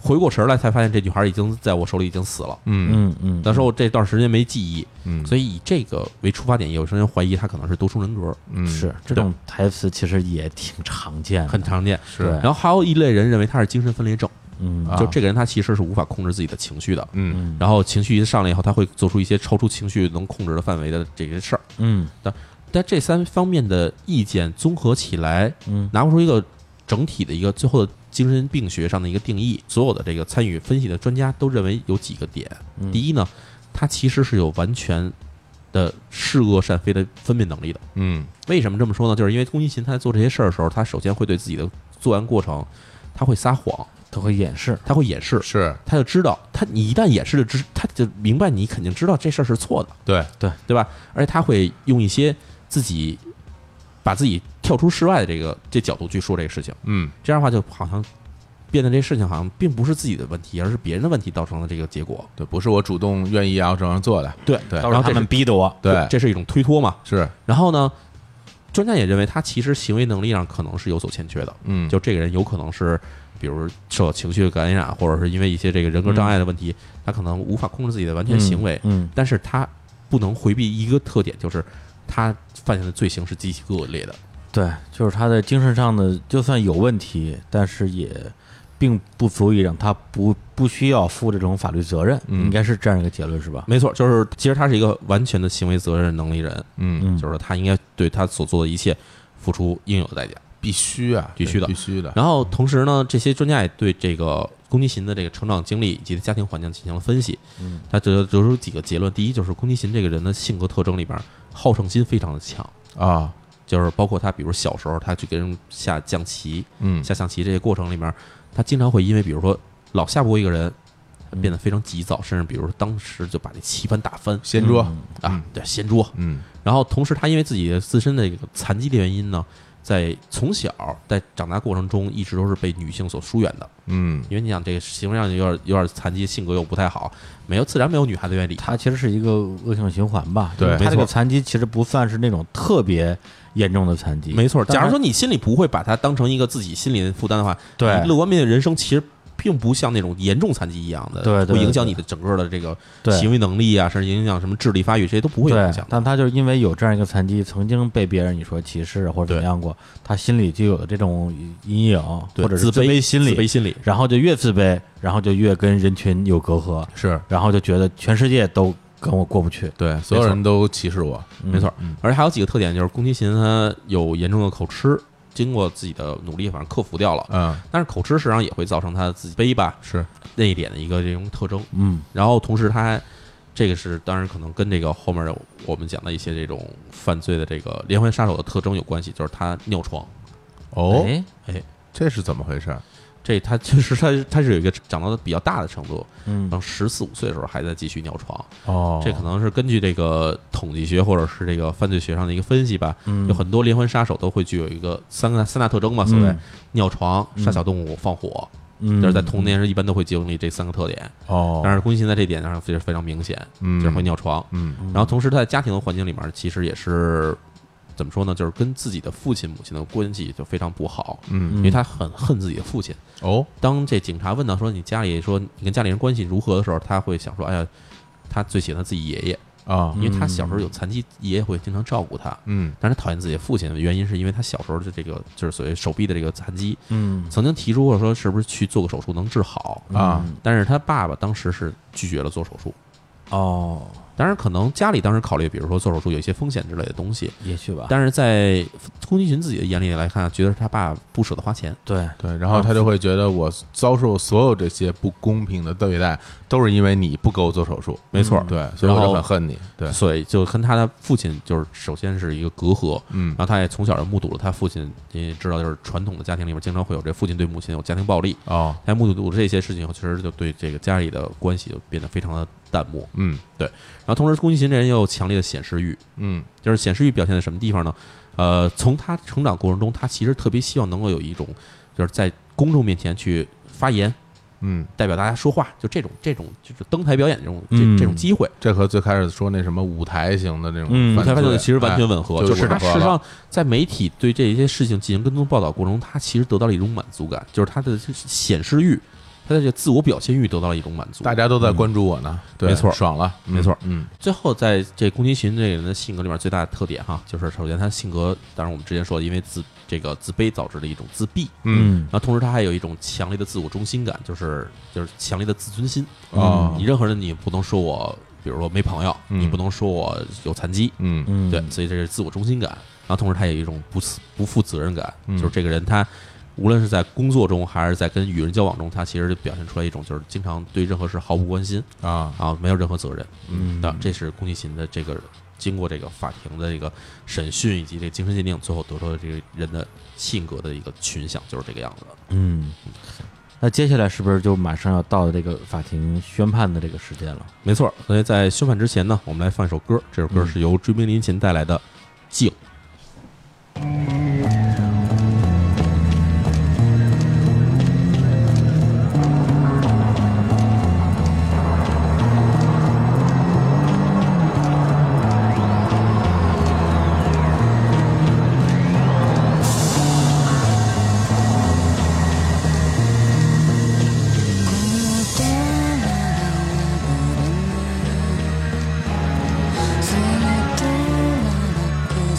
Speaker 4: 回过神儿来才发现这女孩儿已经在我手里已经死了。
Speaker 2: 嗯
Speaker 1: 嗯嗯，
Speaker 4: 那时候我这段时间没记忆，
Speaker 2: 嗯，
Speaker 4: 所以以这个为出发点，有些人怀疑他可能是多重人格，
Speaker 2: 以
Speaker 1: 是这种台词其实也挺常见的，
Speaker 4: 嗯很常见。
Speaker 2: 是
Speaker 1: 对
Speaker 4: 然后还有一类人认为他是精神分裂症，
Speaker 1: 嗯
Speaker 2: 啊
Speaker 4: 就这个人他其实是无法控制自己的情绪的，
Speaker 2: 嗯
Speaker 1: 嗯
Speaker 4: 然后情绪一上来以后，他会做出一些超出情绪能控制的范围的这些事儿。
Speaker 1: 嗯
Speaker 4: 但这三方面的意见综合起来，
Speaker 1: 嗯
Speaker 4: 拿出一个整体的一个最后的精神病学上的一个定义。所有的这个参与分析的专家都认为有几个点：
Speaker 1: 嗯
Speaker 4: 第一呢，他其实是有完全的是恶善非的分辨能力的。
Speaker 2: 嗯
Speaker 4: 为什么这么说呢？就是因为宫崎勤他在做这些事儿的时候，他首先会对自己的作案过程，他会撒谎，
Speaker 1: 都会掩饰，
Speaker 4: 他会掩饰，
Speaker 2: 是
Speaker 4: 他就知道他你一旦掩饰了之，他就明白你肯定知道这事儿是错的。
Speaker 2: 对
Speaker 4: 对吧？而且他会用一些自己把自己跳出室外的这个这角度去说这个事情，
Speaker 2: 嗯
Speaker 4: 这样的话就好像变得这事情好像并不是自己的问题，而是别人的问题造成的这个结果。
Speaker 2: 对，不是我主动愿意要这样做的，
Speaker 4: 对
Speaker 2: 对
Speaker 1: 都
Speaker 4: 然
Speaker 1: 是
Speaker 4: 后
Speaker 1: 他
Speaker 4: 这
Speaker 1: 们
Speaker 4: 是
Speaker 1: 逼的我。
Speaker 2: 对
Speaker 4: 这是一种推脱嘛。
Speaker 2: 是
Speaker 4: 然后呢，专家也认为他其实行为能力上可能是有所欠缺的，
Speaker 2: 嗯
Speaker 4: 就这个人有可能是。比如受到情绪的感染，或者是因为一些这个人格障碍的问题，他可能无法控制自己的完全行为，
Speaker 1: 嗯，
Speaker 4: 但是他不能回避一个特点，就是他犯下的罪行是极其恶劣的。
Speaker 1: 对，就是他在精神上的，就算有问题，但是也并不足以让他不不需要负这种法律责任，
Speaker 2: 嗯
Speaker 1: 应该是这样一个结论，是吧？
Speaker 4: 没错，就是其实他是一个完全的行为责任能力人，
Speaker 2: 嗯，
Speaker 1: 嗯
Speaker 4: 就是他应该对他所做的一切付出应有的代价。
Speaker 2: 必须啊，
Speaker 4: 必须的
Speaker 2: 必须的。
Speaker 4: 然后同时呢，这些专家也对这个宫崎勤的这个成长经历以及家庭环境进行了分析。嗯，他得得出几个结论：第一，就是宫崎勤这个人的性格特征里边，好胜心非常的强，
Speaker 2: 啊，
Speaker 4: 就是包括他，比如小时候他去跟人下象棋、
Speaker 2: 嗯
Speaker 4: 下象棋这些过程里面，他经常会因为比如说老下不过一个人，
Speaker 1: 嗯
Speaker 4: 变得非常急躁，甚至比如说当时就把这棋盘打翻
Speaker 2: 掀桌，
Speaker 1: 嗯
Speaker 4: 啊，对，掀桌，
Speaker 2: 嗯
Speaker 4: 然后同时他因为自己自身的这个残疾的原因呢，在从小在长大过程中一直都是被女性所疏远的，
Speaker 2: 嗯
Speaker 4: 因为你想这个形象有点有点残疾，性格又不太好，没有自然没有女孩子愿意理他。
Speaker 1: 他其实是一个恶性循环吧？
Speaker 2: 对
Speaker 1: 就是他
Speaker 4: 没
Speaker 1: 这
Speaker 4: 错
Speaker 1: 个残疾其实不算是那种特别严重的残疾，
Speaker 4: 没错，
Speaker 1: 但
Speaker 4: 假如
Speaker 1: 他
Speaker 4: 说你心里不会把它当成一个自己心理的负担的话，
Speaker 1: 对
Speaker 4: 你乐观面对人生，其实并不像那种严重残疾一样的，
Speaker 1: 对对
Speaker 4: 会影响
Speaker 1: 对
Speaker 4: 你的整个的这个
Speaker 1: 对
Speaker 4: 行为能力啊，甚至影响什么智力发育，这些都不会有
Speaker 1: 对
Speaker 4: 影响，的。
Speaker 1: 但他就是因为有这样一个残疾，曾经被别人你说歧视或者怎么样过，他心里就有这种阴影，
Speaker 4: 对
Speaker 1: 或者是
Speaker 4: 自卑
Speaker 1: 心
Speaker 4: 自卑
Speaker 1: 理，
Speaker 4: 心理，
Speaker 1: 然后就越自卑，然后就越跟人群有隔阂，
Speaker 2: 是
Speaker 1: 然后就觉得全世界都跟我过不去。
Speaker 2: 对，所有人都歧视我，
Speaker 4: 没错。嗯而且还有几个特点，就是宫崎勤他有严重的口吃，经过自己的努力，反正克服掉了。
Speaker 2: 嗯
Speaker 4: 但是口吃实际上也会造成他自己悲吧
Speaker 2: 是
Speaker 4: 那一点的一个这种特征。
Speaker 1: 嗯，
Speaker 4: 然后同时他还这个是当然可能跟这个后面我们讲的一些这种犯罪的这个连环杀手的特征有关系，就是他尿床。
Speaker 2: 哦，
Speaker 1: 哎
Speaker 2: 这是怎么回事？
Speaker 4: 这他确实他他是有一个长到比较大的程度，
Speaker 1: 嗯
Speaker 4: 然后十四五岁的时候还在继续尿床，
Speaker 2: 哦，
Speaker 4: 这可能是根据这个统计学或者是这个犯罪学上的一个分析吧。
Speaker 1: 嗯
Speaker 4: 有很多连环杀手都会具有一个三个三大特征嘛，所谓
Speaker 1: 嗯
Speaker 4: 尿床、
Speaker 1: 嗯
Speaker 4: 杀小动物、放火，
Speaker 1: 嗯，
Speaker 4: 就是在童年时一般都会经历这三个特点。
Speaker 2: 哦，
Speaker 4: 但是宫崎勤在这点上非非常明显，
Speaker 2: 嗯
Speaker 4: 就是会尿床。
Speaker 2: 嗯
Speaker 4: 然后同时他在家庭的环境里面，其实也是怎么说呢，就是跟自己的父亲、母亲的关系就非常不好，
Speaker 2: 嗯
Speaker 4: 因为他很恨自己的父亲。
Speaker 2: 哦
Speaker 4: 当这警察问到说你家里说你跟家里人关系如何的时候，他会想说，哎呀，他最喜欢自己爷爷，
Speaker 2: 啊
Speaker 4: 因为他小时候有残疾，爷爷会经常照顾他。
Speaker 2: 嗯
Speaker 4: 但是他讨厌自己的父亲的原因，是因为他小时候的这个就是所谓手臂的这个残疾，
Speaker 1: 嗯
Speaker 4: 曾经提出过说是不是去做个手术能治好，
Speaker 2: 啊
Speaker 4: 但是他爸爸当时是拒绝了做手术。
Speaker 1: 哦，
Speaker 4: 当然，可能家里当时考虑，比如说做手术有一些风险之类的东西，
Speaker 1: 也许吧。
Speaker 4: 但是在宫崎骏自己的眼里来看，觉得是他爸不舍得花钱。
Speaker 1: 对
Speaker 2: 对，然后他就会觉得我遭受所有这些不公平的对待，都是因为你不给我做手术，
Speaker 4: 没错
Speaker 2: 对，所以我
Speaker 4: 然
Speaker 2: 就
Speaker 4: 后
Speaker 2: 很恨你，对，
Speaker 4: 所以就跟他的父亲就是首先是一个隔阂，
Speaker 2: 嗯
Speaker 4: 然后他也从小就目睹了他父亲，你也知道就是传统的家庭里面经常会有这父亲对母亲有家庭暴力，
Speaker 2: 哦，
Speaker 4: 他目睹这些事情以后，其实就对这个家里的关系就变得非常的淡漠。
Speaker 2: 嗯
Speaker 4: 然后同时，宫崎勤这人又有强烈的显示欲，
Speaker 2: 嗯
Speaker 4: 就是显示欲表现在什么地方呢？呃，从他成长过程中，他其实特别希望能够有一种，就是在公众面前去发言，
Speaker 2: 嗯，
Speaker 4: 代表大家说话，就这种这种就是登台表演这种这
Speaker 1: 嗯
Speaker 4: 这种机会。
Speaker 2: 这和最开始说那什么舞台型的这种
Speaker 1: 嗯
Speaker 4: 舞台犯罪
Speaker 2: 罪
Speaker 4: 其实完全吻合，
Speaker 2: 哎
Speaker 4: 就是
Speaker 2: 就
Speaker 4: 他
Speaker 2: 是吻合
Speaker 4: 事
Speaker 2: 了
Speaker 4: 实上在媒体对这些事情进行跟踪报道过程中，他其实得到了一种满足感，就是他的显示欲，他的这个自我表现欲得到了一种满足。
Speaker 2: 大家都在关注我呢，对，
Speaker 4: 没错
Speaker 2: 爽了，嗯
Speaker 4: 没错
Speaker 2: 嗯
Speaker 4: 最后，在这宫崎勤这个人的性格里面最大的特点哈，就是首先他性格，当然我们之前说的，因为自这个自卑导致的一种自闭，
Speaker 2: 嗯
Speaker 4: 然后同时他还有一种强烈的自我中心感，就是就是强烈的自尊心
Speaker 2: 哦
Speaker 4: 你任何人你不能说我，比如说没朋友，
Speaker 2: 嗯
Speaker 4: 你不能说我有残疾，
Speaker 2: 嗯
Speaker 1: 嗯
Speaker 4: 对，所以这是自我中心感。然后同时他也有一种不自不负责任感，
Speaker 2: 嗯
Speaker 4: 就是这个人他无论是在工作中还是在跟与人交往中，他其实表现出来一种就是经常对任何事毫不关心
Speaker 2: 啊
Speaker 4: 啊，没有任何责任。
Speaker 1: 嗯
Speaker 4: 那这是宫崎勤的这个经过这个法庭的这个审讯以及这个精神鉴定，最后得出的这个人的性格的一个群像就是这个样子。
Speaker 1: 嗯。那接下来是不是就马上要到这个法庭宣判的这个时间了？
Speaker 4: 没错，所以在宣判之前呢，我们来放一首歌，这首歌是由追兵林琴带来的《静》。
Speaker 5: ず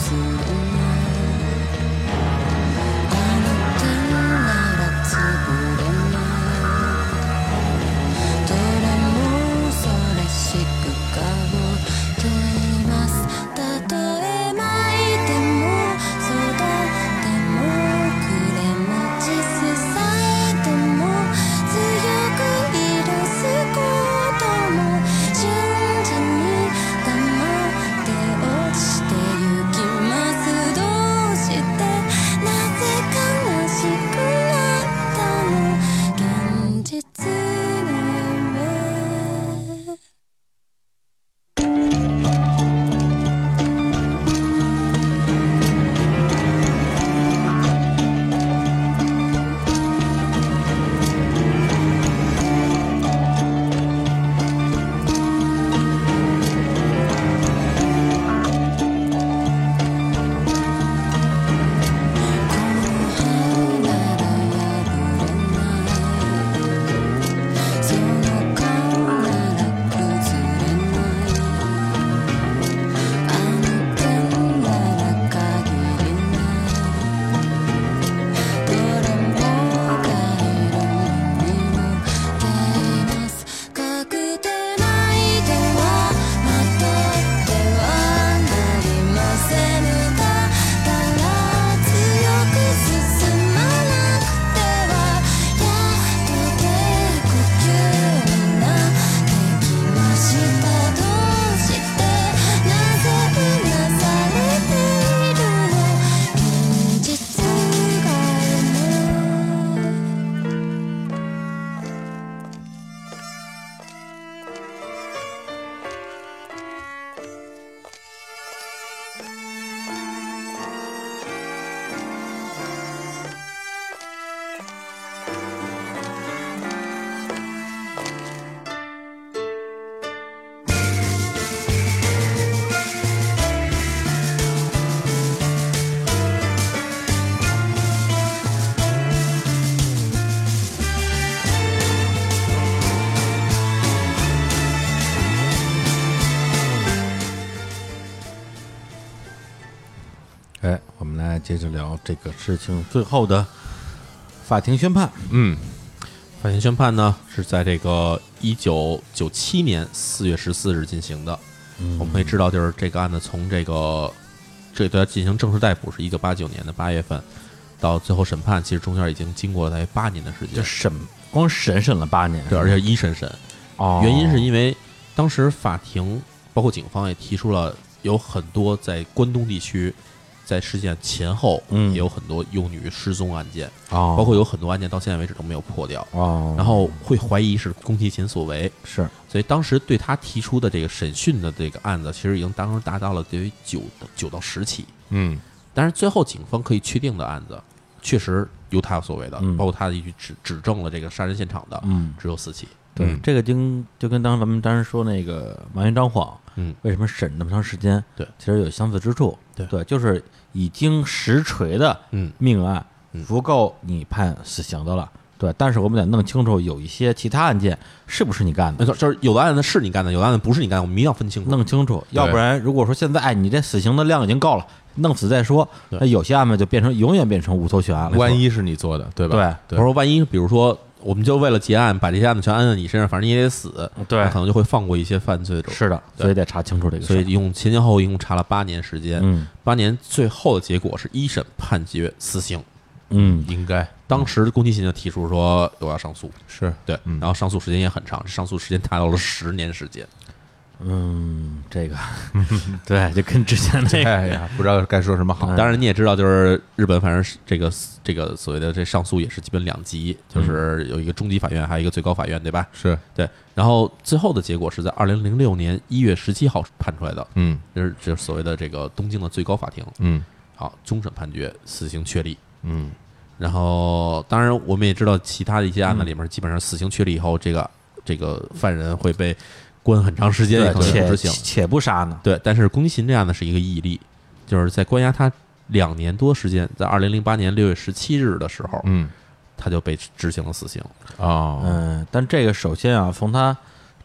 Speaker 5: っと
Speaker 1: 哎接着聊这个事情最后的法庭宣判。
Speaker 2: 嗯，
Speaker 4: 法庭宣判呢是在这个一九九七年四月十四日进行的。我们可以知道，就是这个案子从这个这对他进行正式逮捕是一九八九年的八月份，到最后审判，其实中间已经经过了大约八年的时
Speaker 1: 这
Speaker 4: 间。
Speaker 1: 审光审审了八年，
Speaker 4: 对，而且是一审审，
Speaker 1: 哦，
Speaker 4: 原因是因为当时法庭包括警方也提出了有很多在关东地区，在事件前后
Speaker 1: 嗯
Speaker 4: 也有很多幼女失踪案件，
Speaker 1: 哦，
Speaker 4: 包括有很多案件到现在为止都没有破掉，
Speaker 1: 哦，
Speaker 4: 然后会怀疑是宫崎勤所为，
Speaker 1: 是
Speaker 4: 所以当时对他提出的这个审讯的这个案子，其实已经当时达到了对于九九到十起，
Speaker 2: 嗯，
Speaker 4: 但是最后警方可以确定的案子，确实有他所为的，
Speaker 1: 嗯
Speaker 4: 包括他的一句指指证了这个杀人现场的，
Speaker 1: 嗯，
Speaker 4: 只有四起。
Speaker 1: 对，
Speaker 2: 嗯
Speaker 1: 这个经就跟当时咱们当时说那个麻原彰晃，
Speaker 4: 嗯，
Speaker 1: 为什么审那么长时间？
Speaker 4: 对
Speaker 1: 其实有相似之处。
Speaker 4: 对
Speaker 1: 就是已经实锤的
Speaker 4: 嗯
Speaker 1: 命案
Speaker 4: 嗯
Speaker 1: 足够你判死刑的了。对，但是我们得弄清楚有一些其他案件是不是你干
Speaker 4: 没
Speaker 1: 的，
Speaker 4: 错，就是有的案子是你干的，有的案子不是你干的，我们一定要分清楚。
Speaker 1: 弄清楚，要不然如果说现在哎你这死刑的量已经够了，弄死再说，
Speaker 4: 对
Speaker 1: 那有些案子就变成永远变成无头悬案了。
Speaker 2: 万一是你做的，对
Speaker 1: 对
Speaker 2: 吧？
Speaker 4: 我说，万一比如说，我们就为了结案，把这些案子全安在你身上，反正你也得死，
Speaker 1: 对
Speaker 4: 那可能就会放过一些犯罪者。
Speaker 1: 是的，
Speaker 4: 对
Speaker 1: 所以得查清楚这个事
Speaker 4: 所
Speaker 1: 儿。
Speaker 4: 以一共前前后后一共查了八年时间，
Speaker 1: 嗯
Speaker 4: 八年最后的结果是一审判决死刑。
Speaker 1: 嗯，
Speaker 2: 应该
Speaker 4: 当时宫崎勤就提出说我要上诉，
Speaker 2: 是
Speaker 4: 对，然后上诉时间也很长，上诉时间达到了十年时间。
Speaker 1: 嗯，这 个，对，就跟之前那个，
Speaker 2: 哎呀，不知道该说什么好。
Speaker 4: 当然你也知道，就是日本反正是这个这个所谓的这上诉也是基本两级，就是有一个中级法院，还有一个最高法院，对吧？
Speaker 2: 是，
Speaker 4: 对，然后最后的结果是在二零零六年一月十七号判出来的，
Speaker 2: 嗯
Speaker 4: 就是就是所谓的这个东京的最高法庭，
Speaker 2: 嗯
Speaker 4: 好，终审判决死刑确立。
Speaker 2: 嗯，
Speaker 4: 然后，当然我们也知道，其他的一些案子里面，基本上死刑确立以后，这个这个犯人会被关很长时间，也可能不
Speaker 1: 且
Speaker 4: 执行。
Speaker 1: 且不杀呢，
Speaker 4: 对，但是宫崎勤这样的是一个异例，就是在关押他两年多时间，在二零零八年六月十七日的时候，
Speaker 2: 嗯
Speaker 4: 他就被执行了死刑。
Speaker 2: 哦，
Speaker 1: 嗯，但这个首先啊，从他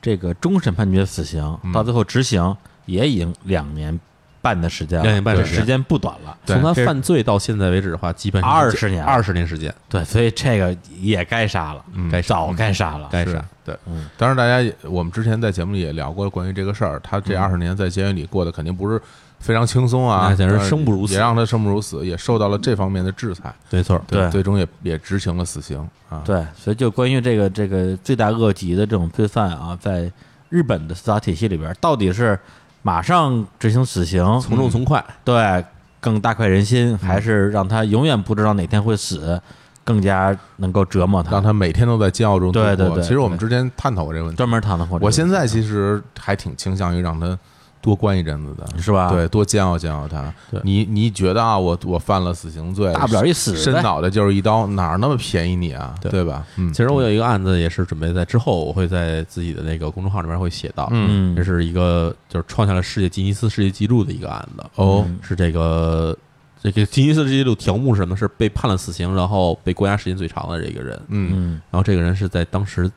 Speaker 1: 这个终审判决死刑
Speaker 4: 嗯
Speaker 1: 到最后执行，也已经两年半的时间了，
Speaker 4: 两年半
Speaker 1: 这
Speaker 4: 时间
Speaker 1: 时间不短了。
Speaker 2: 对
Speaker 4: 从他
Speaker 2: 这是
Speaker 4: 犯罪到现在为止的话，基本上
Speaker 1: 20年
Speaker 4: 二十年时间
Speaker 1: 对，所以这个也该杀了，
Speaker 4: 嗯该杀嗯
Speaker 1: 早该杀了。
Speaker 4: 该
Speaker 2: 是
Speaker 4: 啊是对，
Speaker 2: 当然，大家也我们之前在节目里也聊过关于这个事儿，他这二十年在监狱里过得肯定不是非常轻松啊，
Speaker 4: 那简直
Speaker 2: 但是
Speaker 4: 生不如死
Speaker 2: 也让他生不如死，也受到了这方面的制裁，
Speaker 4: 没错，
Speaker 1: 对
Speaker 2: 最终也也执行了死刑啊，
Speaker 1: 对，所以就关于这个这个罪大恶极的这种罪犯啊，在日本的司法体系里边，到底是马上执行死刑，
Speaker 4: 从重从快。
Speaker 1: 对，更大快人心，还是让他永远不知道哪天会死，更加能够折磨
Speaker 2: 让
Speaker 1: 他，
Speaker 2: 他每天都在煎熬中度
Speaker 1: 对
Speaker 2: 过。
Speaker 1: 对对
Speaker 2: 其实我们之前探讨过这个问题，
Speaker 1: 专门躺在火里。
Speaker 2: 我现在其实还挺倾向于让他多关一阵子的，
Speaker 1: 是吧？
Speaker 2: 对，，多煎熬煎熬他
Speaker 4: 对。
Speaker 2: 你你觉得啊，我我犯了死刑罪，
Speaker 1: 大不了一死
Speaker 2: 伸
Speaker 1: 呗
Speaker 2: 脑袋就是一刀，哪儿那么便宜你啊？
Speaker 4: 对
Speaker 2: 对吧？嗯
Speaker 4: 其，实我有一个案子，也是准备在之后，我会在自己的那个公众号里面会写到。
Speaker 1: 嗯
Speaker 4: 这是一个就是创下了世界吉尼斯世界纪录的一个案子，嗯
Speaker 2: 哦，
Speaker 4: 是这个这个吉尼斯世界纪录条目是什么？是被判了死刑，然后被关押时间最长的这个人。
Speaker 2: 嗯
Speaker 1: 嗯
Speaker 4: 然后这个人是在当时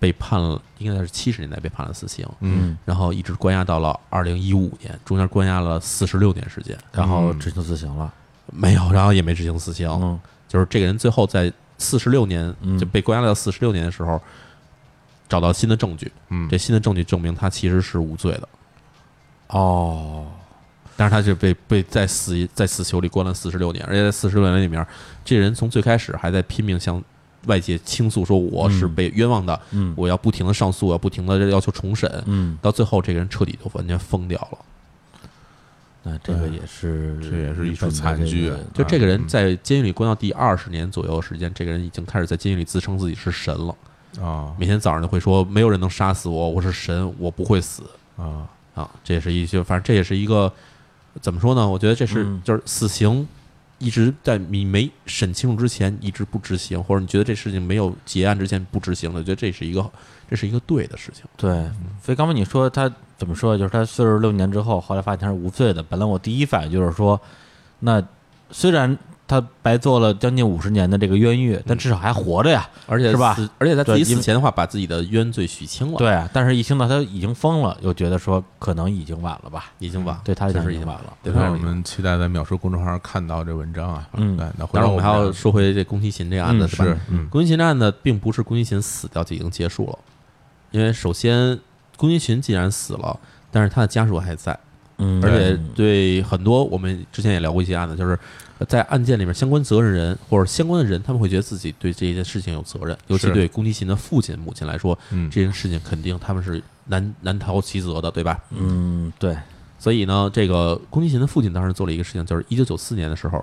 Speaker 4: 被判了，应该是七十年代被判了死刑，
Speaker 2: 嗯，
Speaker 4: 然后一直关押到了二零一五年，中间关押了四十六年时间，
Speaker 1: 然后
Speaker 2: 嗯
Speaker 1: 执行死刑了。
Speaker 4: 没有，然后也没执行死刑。
Speaker 2: 哦
Speaker 1: 嗯，
Speaker 4: 就是这个人最后在四十六年
Speaker 1: 嗯
Speaker 4: 就被关押到四十六年的时候，找到新的证据，
Speaker 2: 嗯
Speaker 4: 这新的证据证明他其实是无罪的，
Speaker 1: 哦，
Speaker 4: 但是他就被被在死在死囚里关了四十六年，而且在四十六年里面，这人从最开始还在拼命向外界倾诉说我是被冤枉的，
Speaker 1: 嗯
Speaker 4: 我要不停的上诉，我要不停的要求重审，
Speaker 1: 嗯，
Speaker 4: 到最后这个人彻底就完全疯掉了。
Speaker 1: 那这个也是，
Speaker 2: 这也是一出惨剧
Speaker 1: 嗯
Speaker 2: 啊
Speaker 4: 就这个人在监狱里关到第二十年左右的时间，这个人已经开始在监狱里自称自己是神了。
Speaker 2: 啊
Speaker 4: 每天早上都会说，没有人能杀死我，我是神，我不会死
Speaker 2: 啊，
Speaker 4: 啊！这也是一就反正这也是一个怎么说呢？我觉得这是、
Speaker 1: 嗯
Speaker 4: 就是死刑，一直在你没审清楚之前一直不执行，或者你觉得这事情没有结案之前不执行的，我觉得这是一个这是一个对的事情。
Speaker 1: 对。所以刚才你说他怎么说，就是他四十六年之后，后来发现他是无罪的。本来我第一反应就是说，那虽然他白做了将近五十年的这个冤
Speaker 4: 嗯
Speaker 1: 狱，但至少还活着呀，
Speaker 4: 而且
Speaker 1: 是吧
Speaker 4: 死？而且在自
Speaker 1: 对
Speaker 4: 己
Speaker 1: 因
Speaker 4: 死
Speaker 1: 为
Speaker 4: 前的话，把自己的冤罪洗清了，，
Speaker 1: 对啊，但是一听到他已经疯了，又觉得说可能已经晚了吧，
Speaker 4: 已经晚了，
Speaker 1: 对他
Speaker 4: 确
Speaker 1: 来
Speaker 4: 实
Speaker 1: 讲
Speaker 4: 已经
Speaker 1: 已经
Speaker 4: 晚
Speaker 1: 晚
Speaker 4: 了
Speaker 1: 了，
Speaker 4: 对吧
Speaker 2: 那我？们期待在秒叔公众号上看到这文章啊。
Speaker 1: 嗯
Speaker 2: 对，那回
Speaker 4: 当然，
Speaker 2: 头
Speaker 4: 我们还要说回这宫崎勤这个案子，
Speaker 2: 嗯
Speaker 4: 是吧？
Speaker 2: 是嗯
Speaker 4: 宫崎勤这案子并不是宫崎勤死掉就已经结束了，因为首先宫崎勤既然死了，但是他的家属还在，
Speaker 1: 嗯，
Speaker 4: 而且对很多我们之前也聊过一些案子，就是在案件里面相关责任人或者相关的人，他们会觉得自己对这件事情有责任，尤其
Speaker 2: 是
Speaker 4: 对宫崎勤的父亲、母亲来说，
Speaker 2: 嗯
Speaker 4: 这件事情肯定他们是难难逃其责的，对吧？
Speaker 1: 嗯，对，
Speaker 4: 所以呢，这个宫崎勤的父亲当时做了一个事情，就是一九九四年的时候，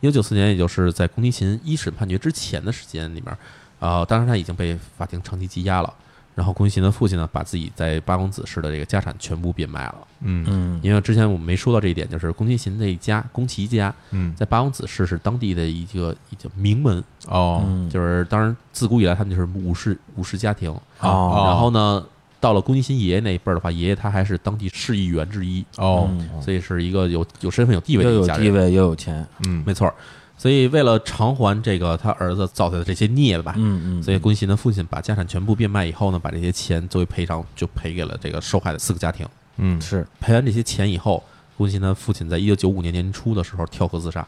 Speaker 4: 一九九四年也就是在宫崎勤一审判决之前的时间里面，呃，当时他已经被法庭长期羁押了。然后宫崎勤的父亲呢，把自己在八公子市的这个家产全部变卖了。
Speaker 2: 嗯
Speaker 1: 嗯
Speaker 4: 因为之前我们没说到这一点，就是宫崎勤这一家，宫崎家
Speaker 2: 嗯
Speaker 4: 在八王子市是当地的一个一个名门，
Speaker 2: 哦
Speaker 1: 嗯，
Speaker 4: 就是当然自古以来他们就是武士武士家庭。
Speaker 1: 哦
Speaker 4: 然后呢，到了宫崎勤爷爷那一辈儿的话，爷爷他还是当地市议员之一，
Speaker 2: 哦
Speaker 1: 嗯
Speaker 4: 所以是一个有有身份有地位
Speaker 1: 又
Speaker 4: 的一
Speaker 1: 有
Speaker 4: 个家
Speaker 1: 地
Speaker 4: 人。哎
Speaker 1: 位又有钱，
Speaker 2: 嗯
Speaker 4: 没错儿，所以为了偿还这个他儿子造下的这些孽吧，
Speaker 1: 嗯嗯，
Speaker 4: 所以宫崎勤的父亲把家产全部变卖以后呢，把这些钱作为赔偿就赔给了这个受害的四个家庭。
Speaker 2: 嗯
Speaker 1: 是
Speaker 4: 赔完这些钱以后，宫崎勤的父亲在一九九五年年初的时候跳河自杀。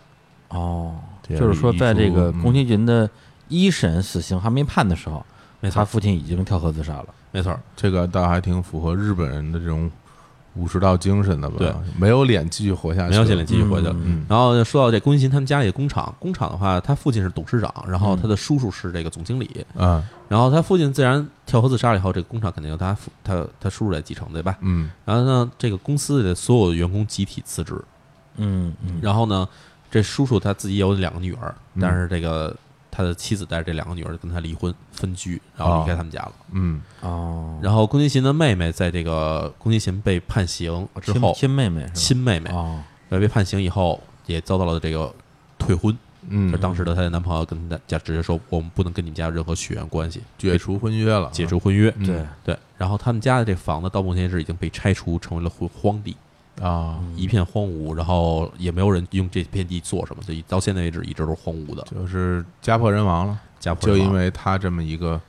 Speaker 1: 哦，
Speaker 2: 对
Speaker 1: 就是说在这个
Speaker 2: 遗嘱嗯
Speaker 1: 宫崎骏的一审死刑还没判的时候，
Speaker 4: 没
Speaker 1: 他
Speaker 4: 错，
Speaker 1: 父亲已经跳河自杀了，
Speaker 4: 没错，
Speaker 2: 这个倒还挺符合日本人的这种武士道精神的吧？
Speaker 4: 对，
Speaker 2: 没有脸继续活下去，
Speaker 4: 没有脸继续活下去。
Speaker 1: 嗯
Speaker 4: 然后说到这宫崎勤他们家里的工厂，工厂的话，他父亲是董事长，然后他的叔叔是这个总经理，
Speaker 2: 啊，
Speaker 4: 然后他父亲自然跳河自杀了以后，这个工厂肯定由他父他他叔叔来继承，对吧？
Speaker 2: 嗯
Speaker 4: 然后呢，这个公司的所有员工集体辞职，
Speaker 1: 嗯嗯
Speaker 4: 然后呢，这叔叔他自己有两个女儿，
Speaker 2: 嗯
Speaker 4: 但是这个他的妻子带着这两个女儿跟他离婚分居，然后离开他们家了。
Speaker 2: 嗯
Speaker 1: 哦，
Speaker 4: 然后宫崎勤的妹妹在这个宫崎勤被判刑之
Speaker 1: 亲
Speaker 4: 后，
Speaker 1: 亲妹妹是
Speaker 4: 亲妹妹
Speaker 1: 吧？哦，
Speaker 4: 呃被判刑以后也遭到了这个退婚，就是
Speaker 2: 嗯，
Speaker 4: 当时的她的男朋友跟她家直接说，我们不能跟你们家有任何血缘关系，
Speaker 2: 解除婚约了，
Speaker 4: 解除婚约。
Speaker 2: 嗯
Speaker 1: 对，
Speaker 4: 对，然后他们家的这房子到目前为止已经被拆除，成为了荒荒地，
Speaker 2: 啊，
Speaker 4: 一片荒芜，然后也没有人用这片地做什么，所以到现在为止一直都是荒芜的。
Speaker 2: 就是家破人亡了，
Speaker 4: 家破
Speaker 2: 就
Speaker 4: 人亡
Speaker 2: 因为他这么一个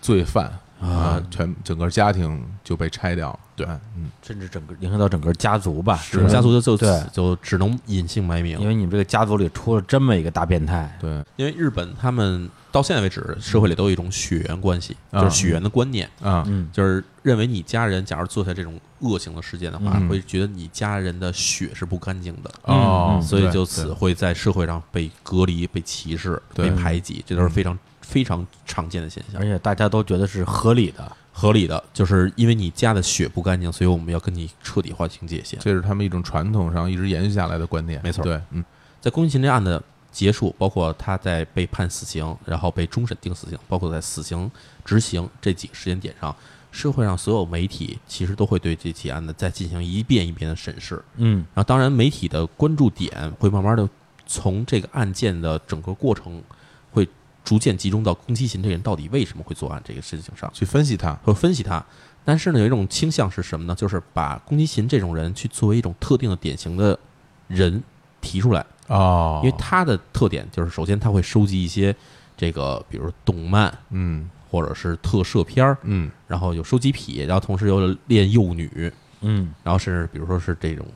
Speaker 2: 罪犯啊，全整个家庭就被拆掉了，对，嗯
Speaker 1: 甚至整个影响到整个家族吧，
Speaker 4: 整个家族就就
Speaker 1: 对
Speaker 4: 此就只能隐姓埋名，
Speaker 1: 因为你们这个家族里出了这么一个大变态，
Speaker 2: 对，
Speaker 4: 因为日本他们到现在为止，社会里都有一种血缘关系，
Speaker 2: 啊
Speaker 4: 就是血缘的观念，
Speaker 2: 啊，
Speaker 1: 嗯
Speaker 4: 就是认为你家人假如做下这种恶行的事件的话，
Speaker 2: 嗯
Speaker 4: 会觉得你家人的血是不干净的，
Speaker 2: 哦，
Speaker 4: 嗯所以
Speaker 2: 对
Speaker 4: 就此会在社会上被隔离、被歧视、
Speaker 2: 对嗯
Speaker 4: 被排挤，这都是非常非常常见的现
Speaker 1: 嗯
Speaker 4: 象
Speaker 1: 而。且大家都觉得是合理的，
Speaker 4: 合理的，就是因为你家的血不干净，所以我们要跟你彻底划清界限。
Speaker 2: 这是他们一种传统上一直延续下来的观点，
Speaker 4: 没错
Speaker 2: 对，嗯
Speaker 4: 在宫崎勤这案的结束，包括他在被判死刑，然后被终审定死刑，包括在死刑执行这几个时间点上，社会上所有媒体其实都会对这起案子再进行一遍一遍的审视。
Speaker 1: 嗯
Speaker 4: 然后，当然媒体的关注点会慢慢的从这个案件的整个过程，会逐渐集中到宫崎勤这个人到底为什么会作案这个事情上，
Speaker 2: 去分析它，
Speaker 4: 会分析他。但是呢，有一种倾向是什么呢？就是把宫崎勤这种人去作为一种特定的典型的人提出来。
Speaker 2: 哦
Speaker 4: 因为它的特点就是，首先它会收集一些这个，比如动漫
Speaker 2: 嗯
Speaker 4: 或者是特摄片儿，
Speaker 2: 嗯
Speaker 4: 然后有收集癖，然后同时又恋幼女，
Speaker 1: 嗯
Speaker 4: 然后甚至比如说是这种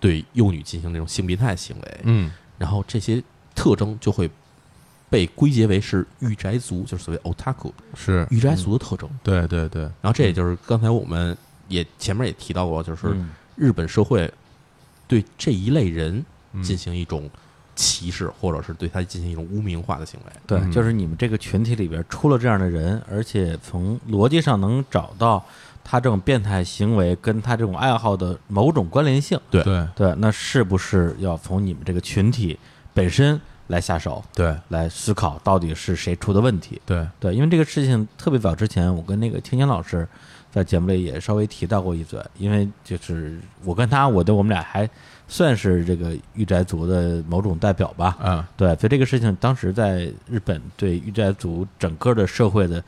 Speaker 4: 对幼女进行这种性变态行为，
Speaker 2: 嗯，
Speaker 4: 然后这些特征就会被归结为是御宅族，就是所谓 otaku
Speaker 2: 是
Speaker 4: 御宅族的特征。
Speaker 2: 对对对，
Speaker 4: 然后这也就是刚才我们也前面也提到过，就是
Speaker 1: 嗯
Speaker 4: 日本社会对这一类人
Speaker 2: 嗯
Speaker 4: 进行一种歧视，或者是对他进行一种污名化的行为。
Speaker 1: 对
Speaker 2: 嗯，
Speaker 1: 就是你们这个群体里边出了这样的人，而且从逻辑上能找到他这种变态行为跟他这种爱好的某种关联性，
Speaker 4: 对
Speaker 2: 对
Speaker 1: 对，那是不是要从你们这个群体本身来下手，
Speaker 2: 对
Speaker 1: 来思考到底是谁出的问题？
Speaker 2: 对，
Speaker 1: 对，因为这个事情特别早之前，我跟那个青年老师在节目里也稍微提到过一嘴，因为就是我跟他，我对我们俩还算是这个御宅族的某种代表吧，
Speaker 2: 啊
Speaker 1: 对，所以这个事情当时在日本对御宅族整个的社会的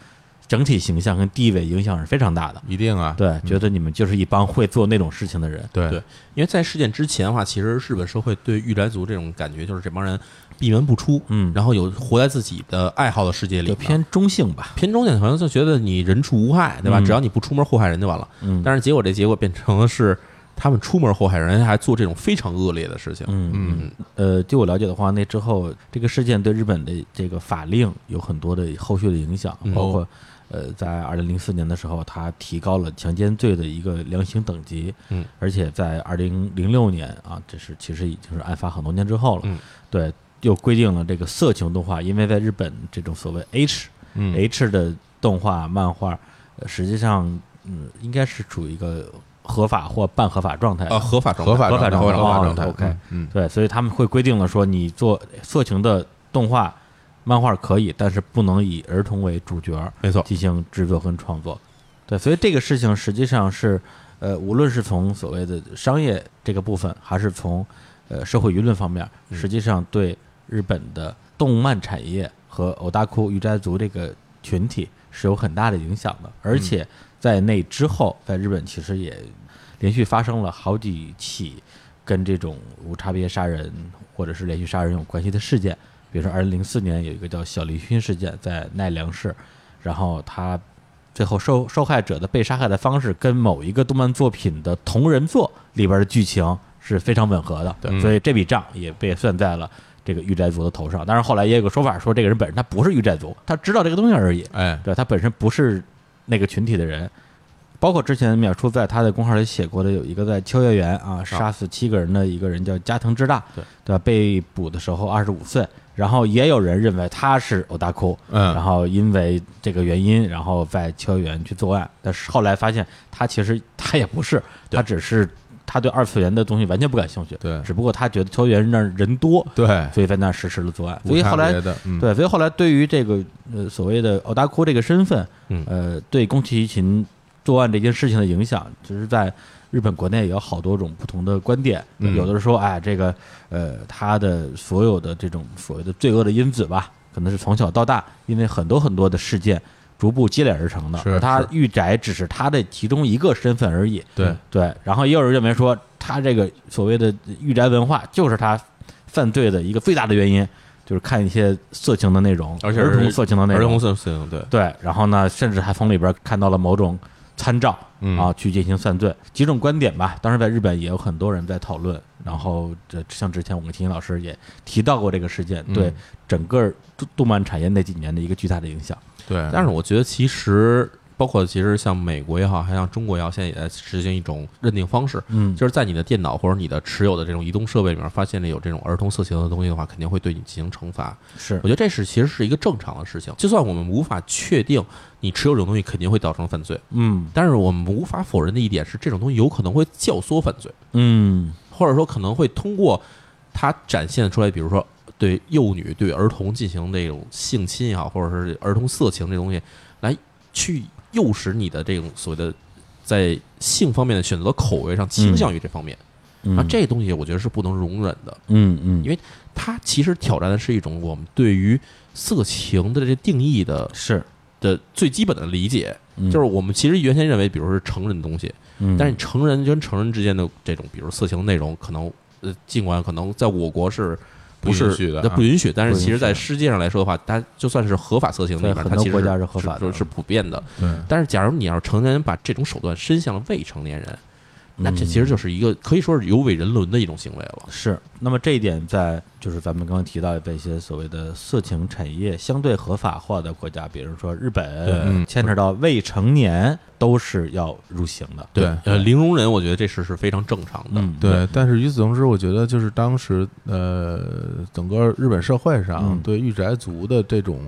Speaker 1: 整体形象跟地位影响是非常大的。
Speaker 2: 一定啊，
Speaker 1: 对，觉得你们就是一帮会做那种事情的人。
Speaker 2: 对
Speaker 4: 对，因为在事件之前的话，其实日本社会对御宅族这种感觉就是这帮人闭门不出，
Speaker 1: 嗯
Speaker 4: 然后有活在自己的爱好的世界里
Speaker 1: 就
Speaker 4: 呢，
Speaker 1: 偏中性吧，
Speaker 4: 偏中间，好像就觉得你人畜无害，对吧？
Speaker 1: 嗯
Speaker 4: 只要你不出门祸害人就完了。
Speaker 1: 嗯
Speaker 4: 但是结果这结果变成的是他们出门祸害人，还做这种非常恶劣的事情。
Speaker 1: 嗯，
Speaker 2: 嗯
Speaker 1: 呃，据我了解的话，那之后这个事件对日本的这个法令有很多的后续的影响，
Speaker 4: 嗯
Speaker 1: 包括呃，在二零零四年的时候，他提高了强奸罪的一个量刑等级，
Speaker 4: 嗯，
Speaker 1: 而且在二零零六年啊，这是其实已经是案发很多年之后了，
Speaker 4: 嗯
Speaker 1: 对，又规定了这个色情动画，因为在日本这种所谓 H
Speaker 2: 嗯
Speaker 1: H 的动画、漫画，呃实际上，嗯，应该是处于一个合法或半合法状态的
Speaker 4: 啊，合法状态
Speaker 2: 合法
Speaker 1: 合法
Speaker 2: 状态
Speaker 1: 状态
Speaker 2: 合法状
Speaker 1: 哦
Speaker 2: 态
Speaker 1: ，OK
Speaker 2: 嗯，
Speaker 1: 对，所以他们会规定了说，你做色情的动画、漫画可以，但是不能以儿童为主角
Speaker 4: 没错，
Speaker 1: 进行制作跟创作。对，所以这个事情实际上是，呃，无论是从所谓的商业这个部分，还是从呃社会舆论方面，实际上对日本的动漫产业和欧大库御宅族这个群体是有很大的影响的。而且在那之后，在日本其实也连续发生了好几起跟这种无差别杀人或者是连续杀人有关系的事件，比如说二零零四年有一个叫小栗旬事件，在奈良市，然后他最后受受害者的被杀害的方式跟某一个动漫作品的同人作里边的剧情是非常吻合的，
Speaker 2: 对
Speaker 1: 所以这笔账也被算在了。这个御宅族的头上，当然后来也有个说法说，这个人本身他不是御宅族，他知道这个东西而已，
Speaker 2: 哎，
Speaker 1: 对他本身不是那个群体的人。包括之前淼叔在他的公号里写过的，有一个在秋叶原啊杀死七个人的一个人叫加藤之大，
Speaker 4: 对
Speaker 1: 对吧？被捕的时候二十五岁，然后也有人认为他是欧达库，然
Speaker 2: 嗯，
Speaker 1: 后因为这个原因，然后在秋叶原去作案，但是后来发现他其实他也不是，他只是他对二次元的东西完全不感兴趣，
Speaker 2: 对
Speaker 1: 只不过他觉得秋叶原那儿人多，
Speaker 2: 对，
Speaker 1: 所以在那儿实施了作案，所
Speaker 2: 无
Speaker 1: 以
Speaker 2: 差
Speaker 1: 后来
Speaker 2: 别的，嗯，
Speaker 1: 对，所以后来对于这个呃所谓的奥达库这个身份，
Speaker 4: 嗯
Speaker 1: 呃，对宫崎勤作案这件事情的影响，其实在日本国内也有好多种不同的观点，
Speaker 2: 嗯
Speaker 1: 有的是说，哎，这个呃他的所有的这种所谓的罪恶的因子吧，可能是从小到大，因为很多很多的事件。逐步积累而成的，
Speaker 2: 是
Speaker 1: 而他
Speaker 2: 是
Speaker 1: 御宅只是他的其中一个身份而已。
Speaker 2: 对
Speaker 1: 对，然后也有人认为说，他这个所谓的御宅文化就是他犯罪的一个最大的原因，就是看一些色情的内容，
Speaker 4: 而且
Speaker 1: 儿童
Speaker 4: 是
Speaker 1: 色情的内
Speaker 4: 儿
Speaker 1: 容
Speaker 4: 童，色情，对，
Speaker 1: 对，然后呢，甚至还从里边看到了某种参照
Speaker 2: 嗯
Speaker 1: 啊，去进行犯罪，几种观点吧。当时在日本也有很多人在讨论，然后这像之前我跟秦老师也提到过这个事件，对
Speaker 2: 嗯
Speaker 1: 整个动动漫产业那几年的一个巨大的影响。
Speaker 2: 对，
Speaker 4: 但是我觉得其实。包括其实像美国也好，还像中国也好，现在也在实行一种认定方式，
Speaker 1: 嗯
Speaker 4: 就是在你的电脑或者你的持有的这种移动设备里面发现了有这种儿童色情的东西的话，肯定会对你进行惩罚。
Speaker 1: 是
Speaker 4: 我觉得这是其实是一个正常的事情，就算我们无法确定你持有这种东西肯定会造成犯罪，
Speaker 1: 嗯
Speaker 4: 但是我们无法否认的一点是，这种东西有可能会教唆犯罪，
Speaker 1: 嗯，
Speaker 4: 或者说可能会通过它展现出来，比如说对幼女、对儿童进行这种性侵也好，或者是儿童色情这东西，来去诱使你的这种所谓的在性方面的选择口味上倾向于这方面。
Speaker 1: 嗯
Speaker 4: 啊，这东西我觉得是不能容忍的。
Speaker 1: 嗯嗯，
Speaker 4: 因为它其实挑战的是一种我们对于色情的这定义的
Speaker 1: 是
Speaker 4: 的最基本的理解，
Speaker 1: 嗯
Speaker 4: 就是我们其实原先认为，比如说是成人的东西，
Speaker 1: 嗯，
Speaker 4: 但是成人跟成人之间的这种，比如色情内容，可能呃，尽管可能在我国是。不是
Speaker 2: 不允许的
Speaker 4: 那
Speaker 2: 啊
Speaker 4: 不允许。但是
Speaker 1: 不允
Speaker 4: 其实，在
Speaker 1: 许
Speaker 4: 世界上来说的话，它就算是合法色情里
Speaker 1: 在
Speaker 4: 面，
Speaker 1: 很
Speaker 4: 它
Speaker 1: 多
Speaker 4: 其实
Speaker 1: 国家
Speaker 4: 是
Speaker 1: 是合法的
Speaker 4: 是是普遍的。
Speaker 2: 对，
Speaker 4: 但是，假如你要是成年人把这种手段伸向了未成年人，
Speaker 1: 嗯
Speaker 4: 那这
Speaker 2: 嗯
Speaker 4: 其实就是一个可以说是有违人伦的一种行为了。
Speaker 1: 是，那么这一点在就是咱们刚刚提到的一些所谓的色情产业相对合法化的国家，比如说日本，
Speaker 2: 嗯
Speaker 1: 牵扯到未成年都是要入刑的。
Speaker 2: 对
Speaker 4: 呃，零容忍，我觉得这事是非常正常的。
Speaker 1: 嗯，
Speaker 2: 对，但是与此同时，我觉得就是当时呃，整个日本社会上
Speaker 1: 嗯
Speaker 2: 对御宅族的这种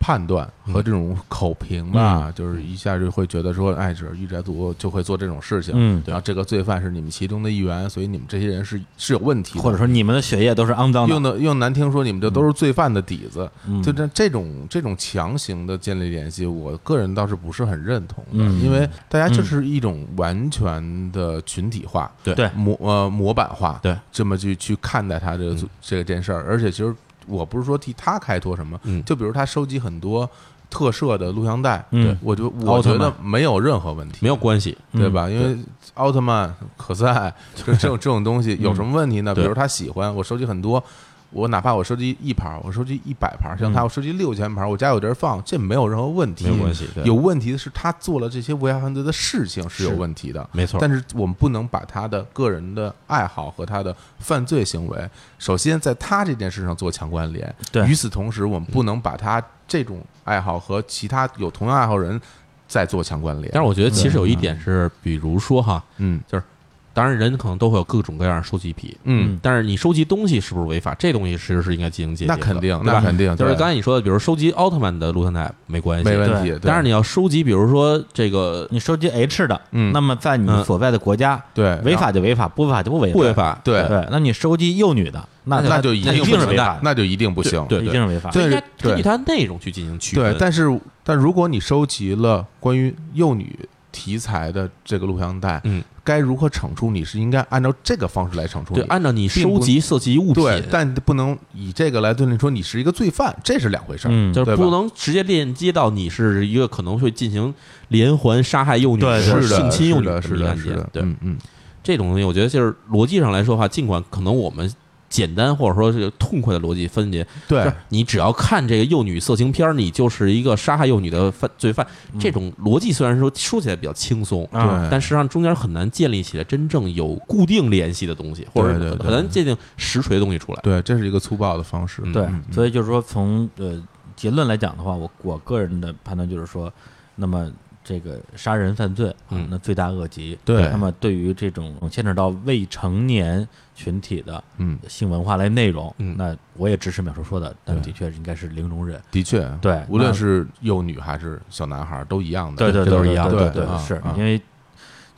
Speaker 2: 判断和这种口评吧，
Speaker 1: 嗯
Speaker 2: 就是一下就会觉得说，哎，这御宅族就会做这种事情，
Speaker 1: 嗯
Speaker 2: 然后这个罪犯是你们其中的一员，所以你们这些人是是有问题的，
Speaker 1: 或者说你们的血液都是肮脏
Speaker 2: 用
Speaker 1: 的，
Speaker 2: 的用难听说，你们这都是罪犯的底子，
Speaker 1: 嗯
Speaker 2: 就这这种这种强行的建立联系，我个人倒是不是很认同的，
Speaker 1: 嗯
Speaker 2: 因为大家就是一种完全的群体化，
Speaker 4: 对
Speaker 1: 对
Speaker 2: 模呃模板化，
Speaker 4: 对，嗯
Speaker 2: 这么去去看待他这个、这个件事儿，而且其实我不是说替他开脱什么，
Speaker 4: 嗯
Speaker 2: 就比如他收集很多。特摄的录像带，
Speaker 1: 嗯
Speaker 2: 对我就我觉得没有任何问题，
Speaker 4: 没有关系。
Speaker 2: 对吧？因为奥特曼、可 赛这这种这种东西有什么问题呢？比
Speaker 4: 嗯对
Speaker 2: 如他喜欢，我收集很多。我哪怕我收集一盘儿，我收集一百盘儿，像他，我收集六千盘儿，我家有地儿放，这没有任何问题，
Speaker 4: 嗯没有关系对
Speaker 2: 有问题的是他做了这些违法犯罪的事情是有
Speaker 4: 是
Speaker 2: 问题的，
Speaker 4: 没错
Speaker 2: 但是我们不能把他的个人的爱好和他的犯罪行为，首先在他这件事上做强关联。
Speaker 1: 对
Speaker 2: 与此同时，我们不能把他这种爱好和其他有同样爱好人再做强关联。
Speaker 4: 但是我觉得其实有
Speaker 1: 嗯
Speaker 4: 一点是，比如说哈，
Speaker 2: 嗯
Speaker 4: 就是当然人可能都会有各种各样的收集癖，
Speaker 2: 嗯，
Speaker 4: 但是你收集东西是不是违法？这东西其实是应该进行界定
Speaker 2: 那
Speaker 4: 的，
Speaker 2: 肯定，
Speaker 4: 嗯对吧
Speaker 2: 那肯定，
Speaker 4: 就是
Speaker 2: 对
Speaker 4: 刚才你说的，比如收集奥特曼的录像带没关系，
Speaker 2: 没问题。对
Speaker 4: 但是你要收集，比如说这个
Speaker 1: 你收集 H 的，
Speaker 2: 嗯
Speaker 1: 那么在你
Speaker 4: 嗯
Speaker 1: 所在的国家，
Speaker 2: 对
Speaker 1: 违法就违法，不违法就不违
Speaker 4: 不违。法，
Speaker 2: 对
Speaker 1: 对，那你收集幼女的，那
Speaker 2: 那就
Speaker 1: 一
Speaker 2: 一定
Speaker 1: 定是
Speaker 2: 不
Speaker 1: 违
Speaker 2: 行
Speaker 1: 法的，
Speaker 2: 那就一定不行。
Speaker 4: 对
Speaker 1: 一定是违法的。
Speaker 2: 对
Speaker 4: 应该根
Speaker 2: 对
Speaker 4: 据它内容去进行区分。
Speaker 2: 对，但是但如果你收集了关于幼女题材的这个录像带，
Speaker 4: 嗯，
Speaker 2: 该如何惩处你是应该按照这个方式来惩处你。
Speaker 4: 对，按照你
Speaker 2: 并
Speaker 4: 收
Speaker 2: 不
Speaker 4: 集涉及物品，
Speaker 2: 对，但不能以这个来断定说你是一个罪犯，这是两回事儿。
Speaker 1: 嗯
Speaker 4: 就是
Speaker 2: 对吧
Speaker 4: 不能直接链接到你是一个可能会进行连环杀害幼女、
Speaker 1: 对
Speaker 2: 是
Speaker 1: 对
Speaker 2: 的，
Speaker 4: 性侵幼
Speaker 2: 是
Speaker 4: 女
Speaker 2: 的，
Speaker 4: 这
Speaker 2: 是
Speaker 4: 么一个
Speaker 2: 的，
Speaker 4: 案
Speaker 2: 是
Speaker 4: 件
Speaker 2: 的。，
Speaker 4: 对
Speaker 2: 嗯嗯，
Speaker 4: 这种东西，我觉得就是逻辑上来说的话，尽管可能我们简单或者说这个痛快的逻辑分解，就
Speaker 2: 对
Speaker 4: 是，你只要看这个幼女色情片儿，你就是一个杀害幼女的犯罪犯。这种逻辑虽然说说起来比较轻松，
Speaker 1: 啊
Speaker 2: 嗯对
Speaker 4: 但实际上中间很难建立起来真正有固定联系的东西，或者
Speaker 2: 对对对
Speaker 4: 很难界定实锤的东西出来。
Speaker 2: 对，这是一个粗暴的方式。
Speaker 4: 嗯
Speaker 1: 对，所以就是说从呃结论来讲的话，我我个人的判断就是说，那么这个杀人犯罪，啊
Speaker 4: 嗯
Speaker 1: 那罪大恶极。
Speaker 2: 对
Speaker 1: 那么对于这种牵扯到未成年群体的
Speaker 2: 嗯，
Speaker 1: 性文化类内容，
Speaker 4: 嗯
Speaker 1: 那我也支持淼叔说的，但
Speaker 2: 对
Speaker 1: 的确是应该是零容忍。
Speaker 2: 的确，
Speaker 1: 对
Speaker 2: 无论
Speaker 1: 那
Speaker 2: 是幼女还是小男孩儿都一样的，
Speaker 1: 对对
Speaker 2: 这都
Speaker 1: 对
Speaker 2: 一样的。
Speaker 1: 对
Speaker 2: 啊
Speaker 1: 是
Speaker 2: 啊
Speaker 1: 因为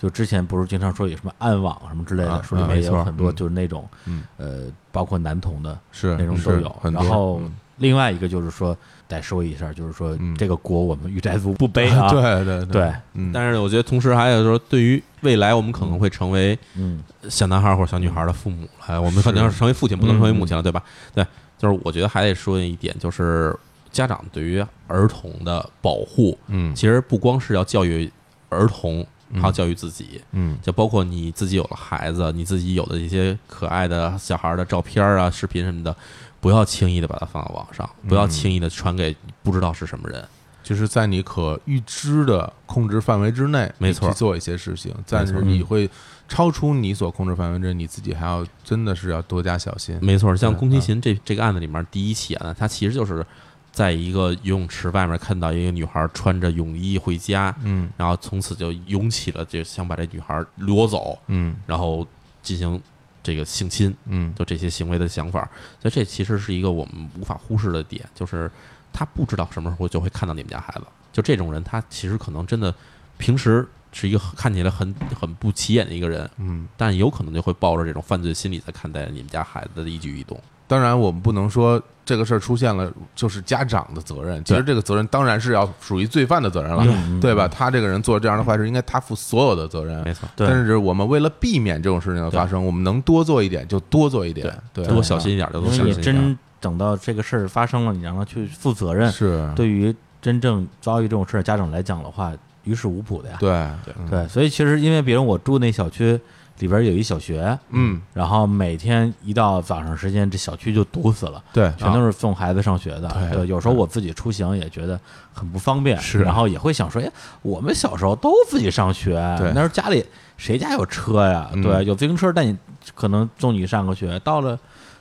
Speaker 1: 就之前不是经常说有什么暗网什么之类的
Speaker 2: 啊，
Speaker 1: 书里
Speaker 2: 啊
Speaker 1: 面
Speaker 2: 没
Speaker 1: 也有
Speaker 2: 错
Speaker 1: 很多
Speaker 2: 嗯
Speaker 1: 就是那种
Speaker 2: 嗯
Speaker 1: 呃，包括男童的
Speaker 2: 是
Speaker 1: 内容都
Speaker 2: 是
Speaker 1: 有。
Speaker 2: 很多
Speaker 1: 然后
Speaker 2: 嗯
Speaker 1: 另外一个就是说，得说一下，就是说
Speaker 2: 嗯
Speaker 1: 这个锅我们御宅族不背啊。
Speaker 2: 对对
Speaker 1: 对，
Speaker 2: 嗯，
Speaker 4: 但是我觉得同时还有就是，对于未来我们可能会成为
Speaker 1: 嗯，
Speaker 4: 小男孩或者小女孩的父母了，我们肯定要成为父亲，不能成为母亲了，对吧？
Speaker 2: 嗯
Speaker 4: 对，就是我觉得还得说一点，就是家长对于儿童的保护，
Speaker 2: 嗯
Speaker 4: 其实不光是要教育儿童，还要教育自己。
Speaker 2: 嗯
Speaker 4: 就包括你自己有了孩子，你自己有的一些可爱的小孩的照片啊、视频什么的，不要轻易的把它放到网上，不要轻易的传给不知道是什么人。
Speaker 2: 就是在你可预知的控制范围之内，
Speaker 4: 没错
Speaker 2: 你去做一些事情，但是
Speaker 4: 没错嗯
Speaker 2: 你会超出你所控制范围之内，你自己还要真的是要多加小心。
Speaker 4: 没错，像
Speaker 2: 对
Speaker 4: 宫崎勤这这个案子里面第一起案，他其实就是在一个游泳池外面看到一个女孩穿着泳衣回家，
Speaker 2: 嗯
Speaker 4: 然后从此就涌起了就想把这女孩掳走，
Speaker 2: 嗯
Speaker 4: 然后进行这个性侵，
Speaker 2: 嗯，
Speaker 4: 就这些行为的想法。所以这其实是一个我们无法忽视的点，就是他不知道什么时候就会看到你们家孩子。就这种人，他其实可能真的平时是一个看起来很很不起眼的一个人，
Speaker 2: 嗯，
Speaker 4: 但有可能就会抱着这种犯罪心理在看待你们家孩子的一举一动。
Speaker 2: 当然我们不能说这个事儿出现了就是家长的责任，其实这个责任当然是要属于罪犯的责任了，
Speaker 4: 嗯
Speaker 2: 对吧？他这个人做这样的坏事，应该他负所有的责任。
Speaker 4: 没错，
Speaker 1: 对
Speaker 2: 但是我们为了避免这种事情的发生，我们能多做一点就多做一点，对，
Speaker 4: 多小心一点就多
Speaker 1: 因
Speaker 4: 小
Speaker 1: 为
Speaker 4: 心
Speaker 1: 你
Speaker 4: 一点。
Speaker 1: 真等到这个事儿发生了，你让他去负责任，
Speaker 2: 是，
Speaker 1: 对于真正遭遇这种事儿的家长来讲的话，于事无补的呀。
Speaker 2: 对
Speaker 4: 对
Speaker 2: 嗯
Speaker 1: 对，所以其实因为比如我住那小区里边有一小学，
Speaker 2: 嗯，
Speaker 1: 然后每天一到早上时间，这小区就堵死了。
Speaker 2: 对，
Speaker 1: 全都是送孩子上学的。
Speaker 2: 对
Speaker 1: 对，有时候我自己出行也觉得很不方便，
Speaker 2: 是
Speaker 1: 然后也会想说，哎，我们小时候都自己上学，
Speaker 2: 对
Speaker 1: 那时候家里谁家有车呀？
Speaker 2: 嗯
Speaker 1: 对，有自行车，但你可能送你上个学，到了。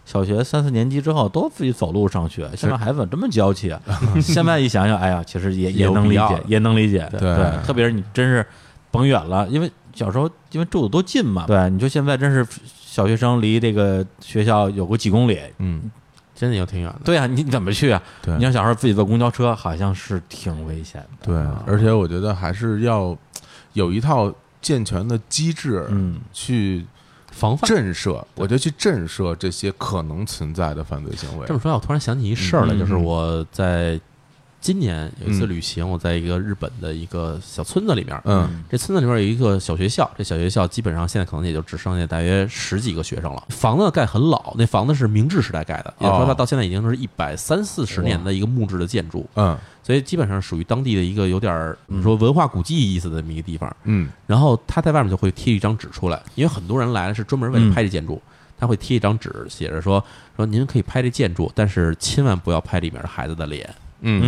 Speaker 1: 小学三四年级之后，都自己走路上学。现在孩子怎么这么娇气啊？ 现在一想想，哎呀，其实也也
Speaker 4: 有
Speaker 1: 能
Speaker 4: 必
Speaker 1: 理
Speaker 4: 要
Speaker 1: 解
Speaker 4: 的，
Speaker 1: 也能理解。对
Speaker 2: 对
Speaker 1: 特别是你真是甭远了，因为小时候因为住的都近嘛。对，你说现在真是小学生离这个学校有个几公里，
Speaker 2: 嗯，
Speaker 4: 真的有挺远的。
Speaker 1: 对啊，你怎么去啊？
Speaker 2: 对
Speaker 1: 你要想说自己坐公交车，好像是挺危险的。
Speaker 2: 对，而且我觉得还是要有一套健全的机制，
Speaker 1: 嗯，
Speaker 2: 去
Speaker 4: 防范。
Speaker 2: 震慑，我觉得去震慑这些可能存在的犯罪行为
Speaker 4: 啊这。么说，我突然想起一事儿来，
Speaker 1: 嗯
Speaker 4: 就是我在今年有一次
Speaker 2: 嗯
Speaker 4: 旅行，我在一个日本的一个小村子里面，
Speaker 2: 嗯
Speaker 4: 这村子里面有一个小学校，这小学校基本上现在可能也就只剩下大约十几个学生了。房子盖很老，那房子是明治时代盖的，也就是说它到现在已经是一百三四十年的一个木质的建筑，
Speaker 2: 嗯
Speaker 4: 所以基本上属于当地的一个有点儿怎么说文化古迹意思的这么一个地方。
Speaker 2: 嗯
Speaker 4: 然后他在外面就会贴一张纸出来，因为很多人来了是专门为了
Speaker 1: 嗯
Speaker 4: 拍这建筑，他会贴一张纸，写着说说您可以拍这建筑，但是千万不要拍里面的孩子的脸，
Speaker 2: 嗯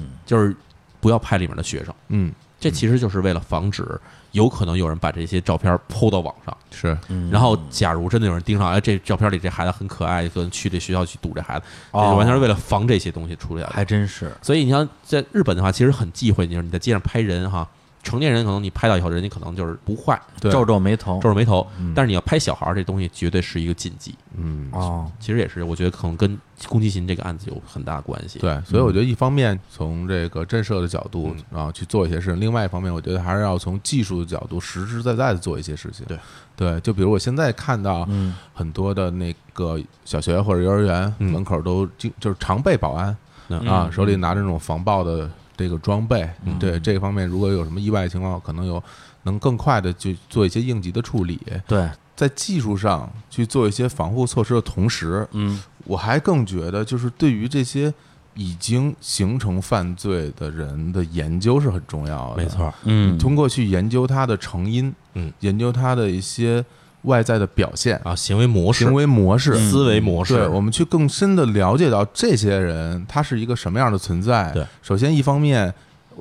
Speaker 1: 嗯
Speaker 4: 就是不要拍里面的学生。
Speaker 2: 嗯，
Speaker 4: 这其实就是为了防止有可能有人把这些照片抛到网上，
Speaker 2: 是
Speaker 1: 嗯
Speaker 4: 然后假如真的有人盯上，哎，这照片里这孩子很可爱，可能去这学校去堵这孩子，这
Speaker 1: 哦
Speaker 4: 就完全是为了防这些东西出来的。
Speaker 1: 还真是，
Speaker 4: 所以你像在日本的话，其实很忌讳，就是你在街上拍人哈，成年人可能你拍到以后，人家可能就是不坏，
Speaker 2: 对
Speaker 1: 皱皱眉头，嗯
Speaker 4: 皱着眉头，但是你要拍小孩儿，这东西绝对是一个禁忌。
Speaker 2: 嗯
Speaker 1: 哦，
Speaker 4: 其实也是，我觉得可能跟宫崎勤这个案子有很大的关系。，
Speaker 2: 对，所以我觉得一方面从这个震慑的角度，然后去做一些事情；，另外一方面，我觉得还是要从技术的角度，实实在在的做一些事情。
Speaker 4: 对，
Speaker 2: 对，就比如我现在看到
Speaker 1: 嗯
Speaker 2: 很多的那个小学或者幼儿园
Speaker 4: 嗯
Speaker 2: 门口都经就是常备保安
Speaker 4: 嗯
Speaker 2: 啊，
Speaker 1: 嗯
Speaker 2: 手里拿着那种防爆的这个装备。对这方面，如果有什么意外情况，可能有能更快的去做一些应急的处理。
Speaker 1: 对，
Speaker 2: 在技术上去做一些防护措施的同时，
Speaker 1: 嗯，
Speaker 2: 我还更觉得就是对于这些已经形成犯罪的人的研究是很重要的。
Speaker 4: 没错，
Speaker 1: 嗯
Speaker 2: 通过去研究他的成因，
Speaker 4: 嗯，
Speaker 2: 研究他的一些外在的表现、
Speaker 4: 啊，行为模式、嗯
Speaker 2: 行为模式、嗯
Speaker 4: 思维模式，
Speaker 2: 对，我们去更深的了解到这些人他是一个什么样的存在。
Speaker 4: 对，
Speaker 2: 首先一方面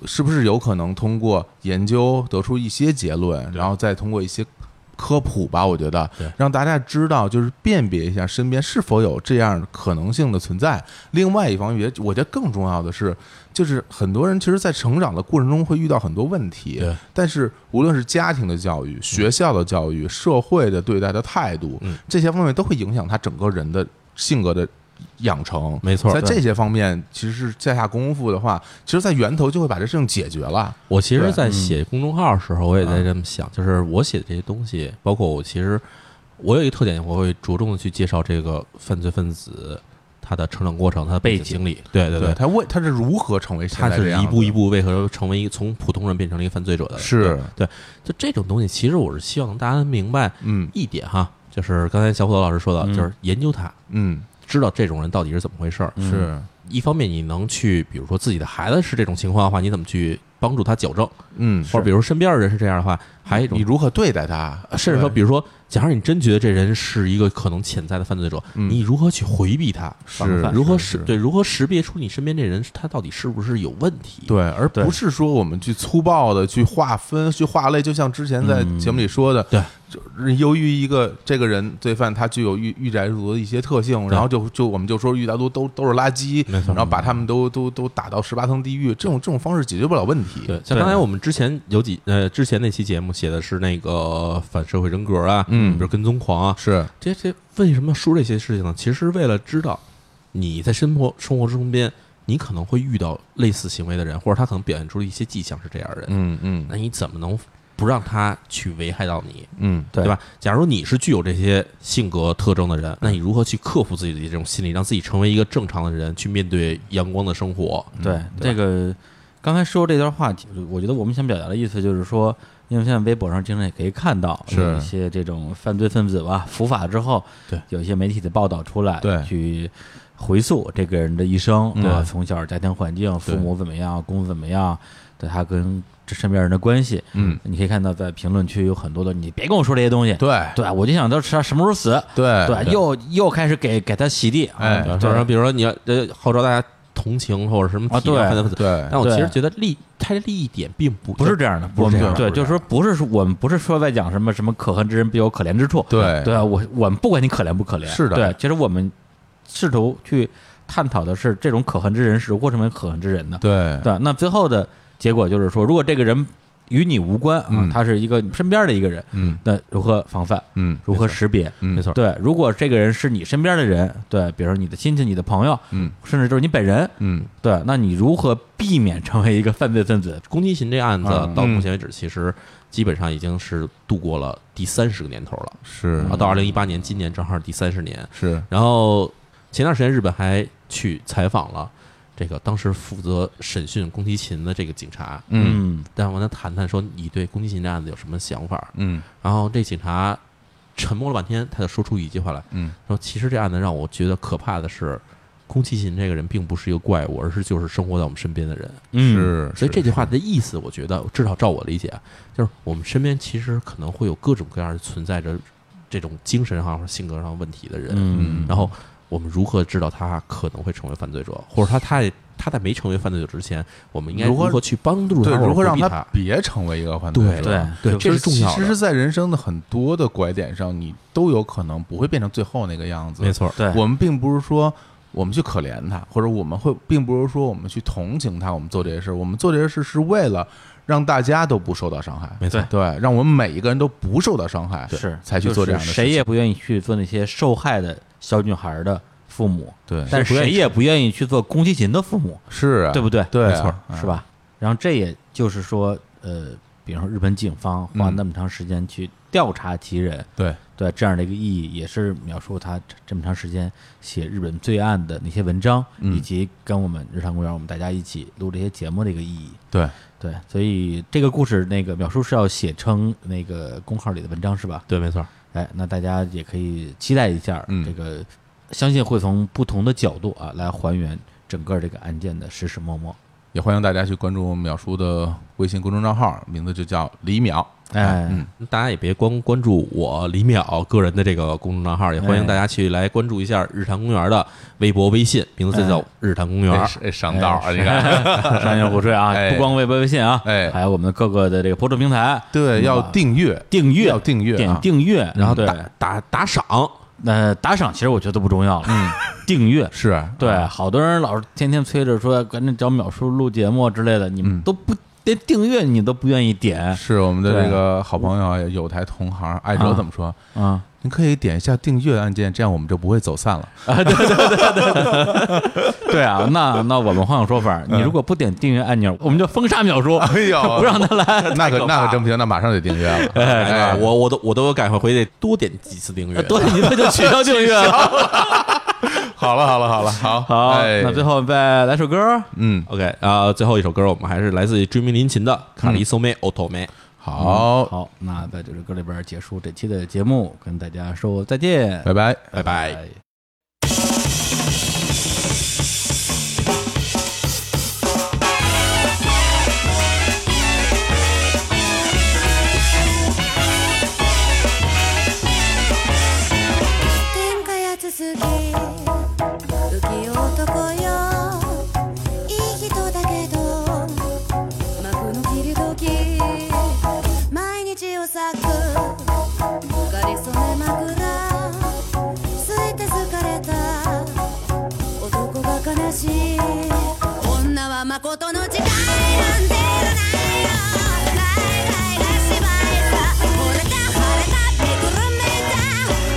Speaker 2: 是不是有可能通过研究得出一些结论，然后再通过一些科普吧，我觉得
Speaker 4: 对
Speaker 2: 让大家知道就是辨别一下身边是否有这样可能性的存在。另外一方面，我觉得更重要的是，就是很多人其实，在成长的过程中会遇到很多问题
Speaker 4: 对，
Speaker 2: 但是无论是家庭的教育、学校的教育、社会的对待的态度，
Speaker 4: 嗯
Speaker 2: 这些方面都会影响他整个人的性格的养成。
Speaker 4: 没错
Speaker 2: 在
Speaker 4: 对
Speaker 2: 这些方面，其实是下下功夫的话，其实，在源头就会把这事情解决了。
Speaker 4: 我其
Speaker 2: 对嗯啊
Speaker 4: 实，在写公众号的时候，我也在这么想，就是我写的这些东西，包括我其实我有一个特点，我会着重的去介绍这个犯罪分子他的成长过程、他的背景经历。对对
Speaker 2: 对，他为他是如何成为现
Speaker 4: 他
Speaker 2: 在这
Speaker 4: 是
Speaker 2: 样
Speaker 4: 一
Speaker 2: 的
Speaker 4: 步一步为何成为一个从普通人变成了一个犯罪者的。
Speaker 2: 是
Speaker 4: 对，就这种东西，其实我是希望大家明白
Speaker 2: 嗯
Speaker 4: 一点哈，就是刚才小虎老师说的，就是研究他，
Speaker 2: 嗯
Speaker 4: 知道这种人到底是怎么回事儿。
Speaker 2: 是
Speaker 4: 一方面，你能去，比如说自己的孩子是这种情况的话，你怎么去帮助他矫正？
Speaker 2: 嗯，
Speaker 4: 或者比如身边的人是这样的话，还有一种
Speaker 2: 你，如何对待他，
Speaker 4: 甚至
Speaker 2: 嗯
Speaker 4: 说，
Speaker 2: 对
Speaker 4: 比如说，假如你真觉得这人是一个可能潜在的犯罪者，
Speaker 2: 嗯
Speaker 4: 你如何去回避他？
Speaker 2: 是
Speaker 1: 防范
Speaker 4: 如何
Speaker 2: 是
Speaker 4: 识
Speaker 2: 是
Speaker 4: 对如何识别出你身边这人他到底是不是有问题？
Speaker 2: 对，而
Speaker 1: 对
Speaker 2: 不是说我们去粗暴的去划分、去划类，就像之前在节目里说的，
Speaker 4: 嗯对，
Speaker 2: 就是由于一个这个人罪犯他具有御御宅族的一些特性，然后就就我们就说御宅族都都是垃圾，
Speaker 4: 没错
Speaker 2: 然后把他们都都都打到十八层地狱，这种这种方式解决不了问题。
Speaker 4: 对，像
Speaker 1: 对
Speaker 4: 刚才我们之前有几呃，之前那期节目写的是那个反社会人格啊，嗯，比如跟踪狂啊，
Speaker 2: 是
Speaker 4: 这这为什么说这些事情呢？其实是为了知道你在生活生活中边，你可能会遇到类似行为的人，或者他可能表现出了一些迹象是这样的人，
Speaker 2: 嗯嗯
Speaker 4: 那你怎么能不让他去危害到你？
Speaker 2: 嗯，
Speaker 1: 对
Speaker 4: 对吧？假如你是具有这些性格特征的人，那你如何去克服自己的这种心理，让自己成为一个正常的人，去面对阳光的生活？
Speaker 1: 对，这个刚才说这段话，我觉得我们想表达的意思就是说，因为现在微博上经常也可以看到
Speaker 2: 是
Speaker 1: 有一些这种犯罪分子吧，伏法之后，
Speaker 4: 对，
Speaker 1: 有一些媒体的报道出来，
Speaker 2: 对
Speaker 1: 去回溯这个人的一生，
Speaker 2: 嗯
Speaker 1: 对吧？从小家庭环境、父母怎么样，公司怎么样，对他跟这身边人的关系，
Speaker 2: 嗯，
Speaker 1: 你可以看到在评论区有很多的，你别跟我说这些东西，
Speaker 2: 对哎
Speaker 1: 对，啊我就想到他什么时候死，
Speaker 2: 对
Speaker 1: 对，啊又又开始给给他洗地，
Speaker 2: 哎
Speaker 1: 啊
Speaker 4: 就是
Speaker 1: 对
Speaker 4: 比如说你要呃号召大家同情或者什么
Speaker 1: 啊
Speaker 4: 体谅
Speaker 1: 对
Speaker 4: 犯罪分子
Speaker 2: 对
Speaker 4: 但我其实
Speaker 1: 对
Speaker 4: 觉得利他的利益点并不
Speaker 1: 不是这样的，
Speaker 2: 不是这样的
Speaker 1: 对，
Speaker 2: 不是这样的
Speaker 1: 就是说不是说我们不是说在讲什么什么可恨之人必有可怜之处，
Speaker 2: 对
Speaker 1: 对啊，我我们不管你可怜不可怜，
Speaker 2: 是的
Speaker 1: 对，其实我们试图去探讨的是这种可恨之人是为什么可恨之人呢？
Speaker 2: 对
Speaker 1: 对，那最后的结果就是说，如果这个人与你无关啊
Speaker 2: 嗯，
Speaker 1: 他是一个你身边的一个人，
Speaker 2: 嗯
Speaker 1: 那如何防范？
Speaker 2: 嗯
Speaker 1: 如何识别？
Speaker 2: 嗯没
Speaker 4: 错
Speaker 1: 对，如果这个人是你身边的人，对，比如说你的亲戚、你的朋友，
Speaker 2: 嗯
Speaker 1: 甚至就是你本人，
Speaker 2: 嗯
Speaker 1: 对，那你如何避免成为一个犯罪分子？
Speaker 4: 宫崎勤这案子
Speaker 1: 嗯
Speaker 4: 到目前为止，其实基本上已经是度过了第三十个年头了。
Speaker 2: 是
Speaker 1: 嗯
Speaker 4: 然后到二零一八年，今年正好是第三十年。
Speaker 2: 是
Speaker 4: 然后前段时间日本还去采访了这个当时负责审讯宫崎勤的这个警察，
Speaker 2: 嗯
Speaker 1: 嗯
Speaker 4: 然后跟他谈谈说你对宫崎勤这案子有什么想法？
Speaker 2: 嗯
Speaker 4: 然后这警察沉默了半天，他就说出一句话来，
Speaker 2: 嗯
Speaker 4: 说其实这案子让我觉得可怕的是，宫崎勤这个人并不是一个怪物，而是就是生活在我们身边的人。
Speaker 1: 嗯，
Speaker 2: 是，
Speaker 4: 所以
Speaker 2: 是
Speaker 4: 这句话的意思，我觉得至少照我理解啊，就是我们身边其实可能会有各种各样的存在着这种精神上或性格上问题的人，
Speaker 1: 嗯
Speaker 4: 然后我们如何知道他可能会成为犯罪者，或者他太他在没成为犯罪者之前，我们应该
Speaker 2: 如何
Speaker 4: 何去帮助
Speaker 2: 对
Speaker 4: 他，
Speaker 2: 如何让
Speaker 4: 他
Speaker 2: 他
Speaker 4: 他
Speaker 2: 别成为一个犯罪
Speaker 4: 对
Speaker 2: 者？
Speaker 1: 对
Speaker 4: 对，这
Speaker 2: 就是
Speaker 4: 重要
Speaker 2: 其实
Speaker 4: 的
Speaker 2: 是，在人生的很多的拐点上，你都有可能不会变成最后那个样子。
Speaker 4: 没错，
Speaker 1: 对，
Speaker 2: 我们并不是说我们去可怜他，或者我们会，并不是说我们去同情他，我们做这些事，我们做这些事是为了让大家都不受到伤害，
Speaker 4: 没错
Speaker 1: 对，
Speaker 2: 对，让我们每一个人都不受到伤害，
Speaker 1: 是
Speaker 2: 才去做这样的
Speaker 1: 就是
Speaker 2: 事情，
Speaker 1: 谁也不愿意去做那些受害的小女孩的父母，
Speaker 2: 对，
Speaker 1: 但是谁也不愿意去做宫崎勤的父母，
Speaker 2: 是啊
Speaker 1: 对不对？
Speaker 2: 对啊，
Speaker 1: 没错
Speaker 2: 嗯
Speaker 1: 是？吧？然后这也就是说，呃，比如说日本警方花
Speaker 2: 嗯
Speaker 1: 那么长时间去调查其人，
Speaker 2: 对，
Speaker 1: 对这样的一个意义，也是描述他这这么长时间写日本罪案的那些文章，
Speaker 2: 嗯
Speaker 1: 以及跟我们日常公园我们大家一起录这些节目的一个意义。
Speaker 2: 对，
Speaker 1: 对，所以这个故事那个描述是要写成那个公号里的文章是吧？
Speaker 4: 对，没错，
Speaker 1: 哎，那大家也可以期待一下，
Speaker 2: 嗯
Speaker 1: 这个相信会从不同的角度啊来还原整个这个案件的实始末末。
Speaker 2: 也欢迎大家去关注淼叔的微信公众账号，名字就叫李淼。
Speaker 1: 哎，
Speaker 2: 嗯，
Speaker 4: 大家也别光关注我李淼个人的这个公众账号，也欢迎大家去来关注一下日坛公园的微博、微信，名字就叫日坛公园
Speaker 2: 哎。哎，上道啊！你 看，
Speaker 1: 商业互吹啊，
Speaker 2: 哎
Speaker 1: 不光微博、微信啊，
Speaker 2: 哎
Speaker 1: 还有我们的各个的这个播出平台，
Speaker 2: 对，要订阅，
Speaker 1: 订阅
Speaker 2: 要订阅
Speaker 1: 点
Speaker 2: 啊，
Speaker 1: 订阅，嗯
Speaker 4: 然后
Speaker 1: 对，
Speaker 4: 打打打赏，
Speaker 1: 那打赏其实我觉得不重要了，嗯，订 阅。
Speaker 2: 是，啊
Speaker 1: 对，好多人老是天天催着说赶紧找淼叔录节目之类的，你
Speaker 2: 嗯
Speaker 1: 们都不连订阅你都不愿意点
Speaker 2: 是我们的
Speaker 1: 对
Speaker 2: 这个好朋友，啊有台同行艾哲
Speaker 1: 啊
Speaker 2: 怎么说？
Speaker 1: 啊！
Speaker 2: 您可以点一下订阅按键，这样我们就不会走散了。
Speaker 1: 对啊，那那我们换个说法，
Speaker 2: 嗯
Speaker 1: 你如果不点订阅按钮，我们就封杀淼叔，
Speaker 2: 哎 呦，
Speaker 1: 不让他来。
Speaker 2: 那可
Speaker 4: 可怕
Speaker 2: 那可真不行，那马上得订阅 了。
Speaker 4: 哎，我我都我都有改回回得多点几次订阅，
Speaker 1: 多点他就取消订阅了。
Speaker 2: 哎好了好了好了好
Speaker 1: 好，
Speaker 2: 哎
Speaker 1: 那最后再来首歌，
Speaker 2: 嗯
Speaker 4: OK 啊、最后一首歌我们还是来自于追名林琴的《卡里索梅欧托梅》。
Speaker 2: 嗯好，
Speaker 1: 好，那在这首歌里边结束这期的节目，跟大家说再见，
Speaker 2: 拜拜。
Speaker 4: 拜拜。
Speaker 5: 天がやつすぎ不器用男よいい人だけど幕の切り時毎日を咲くかりそめ枕すいて疲れた男が悲しい女は誠の違いなんていらないよないが芝居さこれが晴れがめくるめだ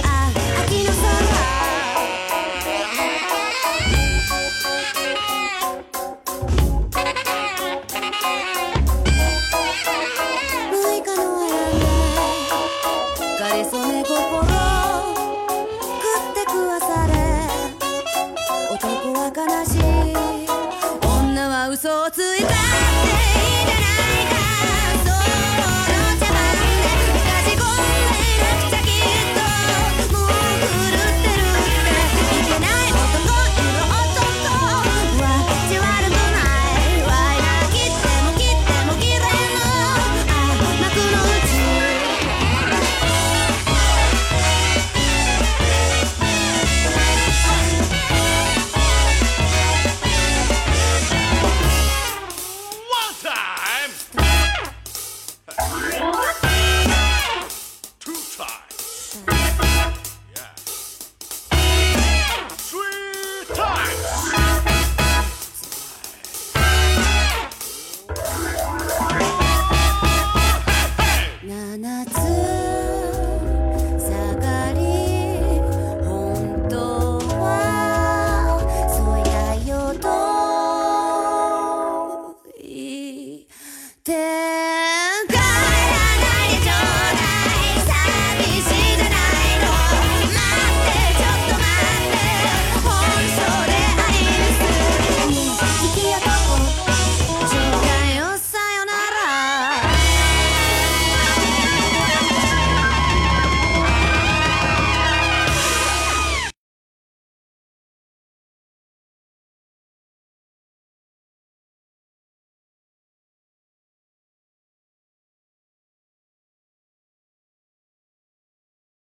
Speaker 5: あ秋の空マイカのやら枯れそめ心食って食わされ男は悲しい女は嘘をついたっていいじゃないかその茶番で流し込んでなくちゃきっともう狂ってるっていけない男いる男はじわるもないわい切っても切っても切れぬあ幕の内七つ下がり本当はそうやよと言って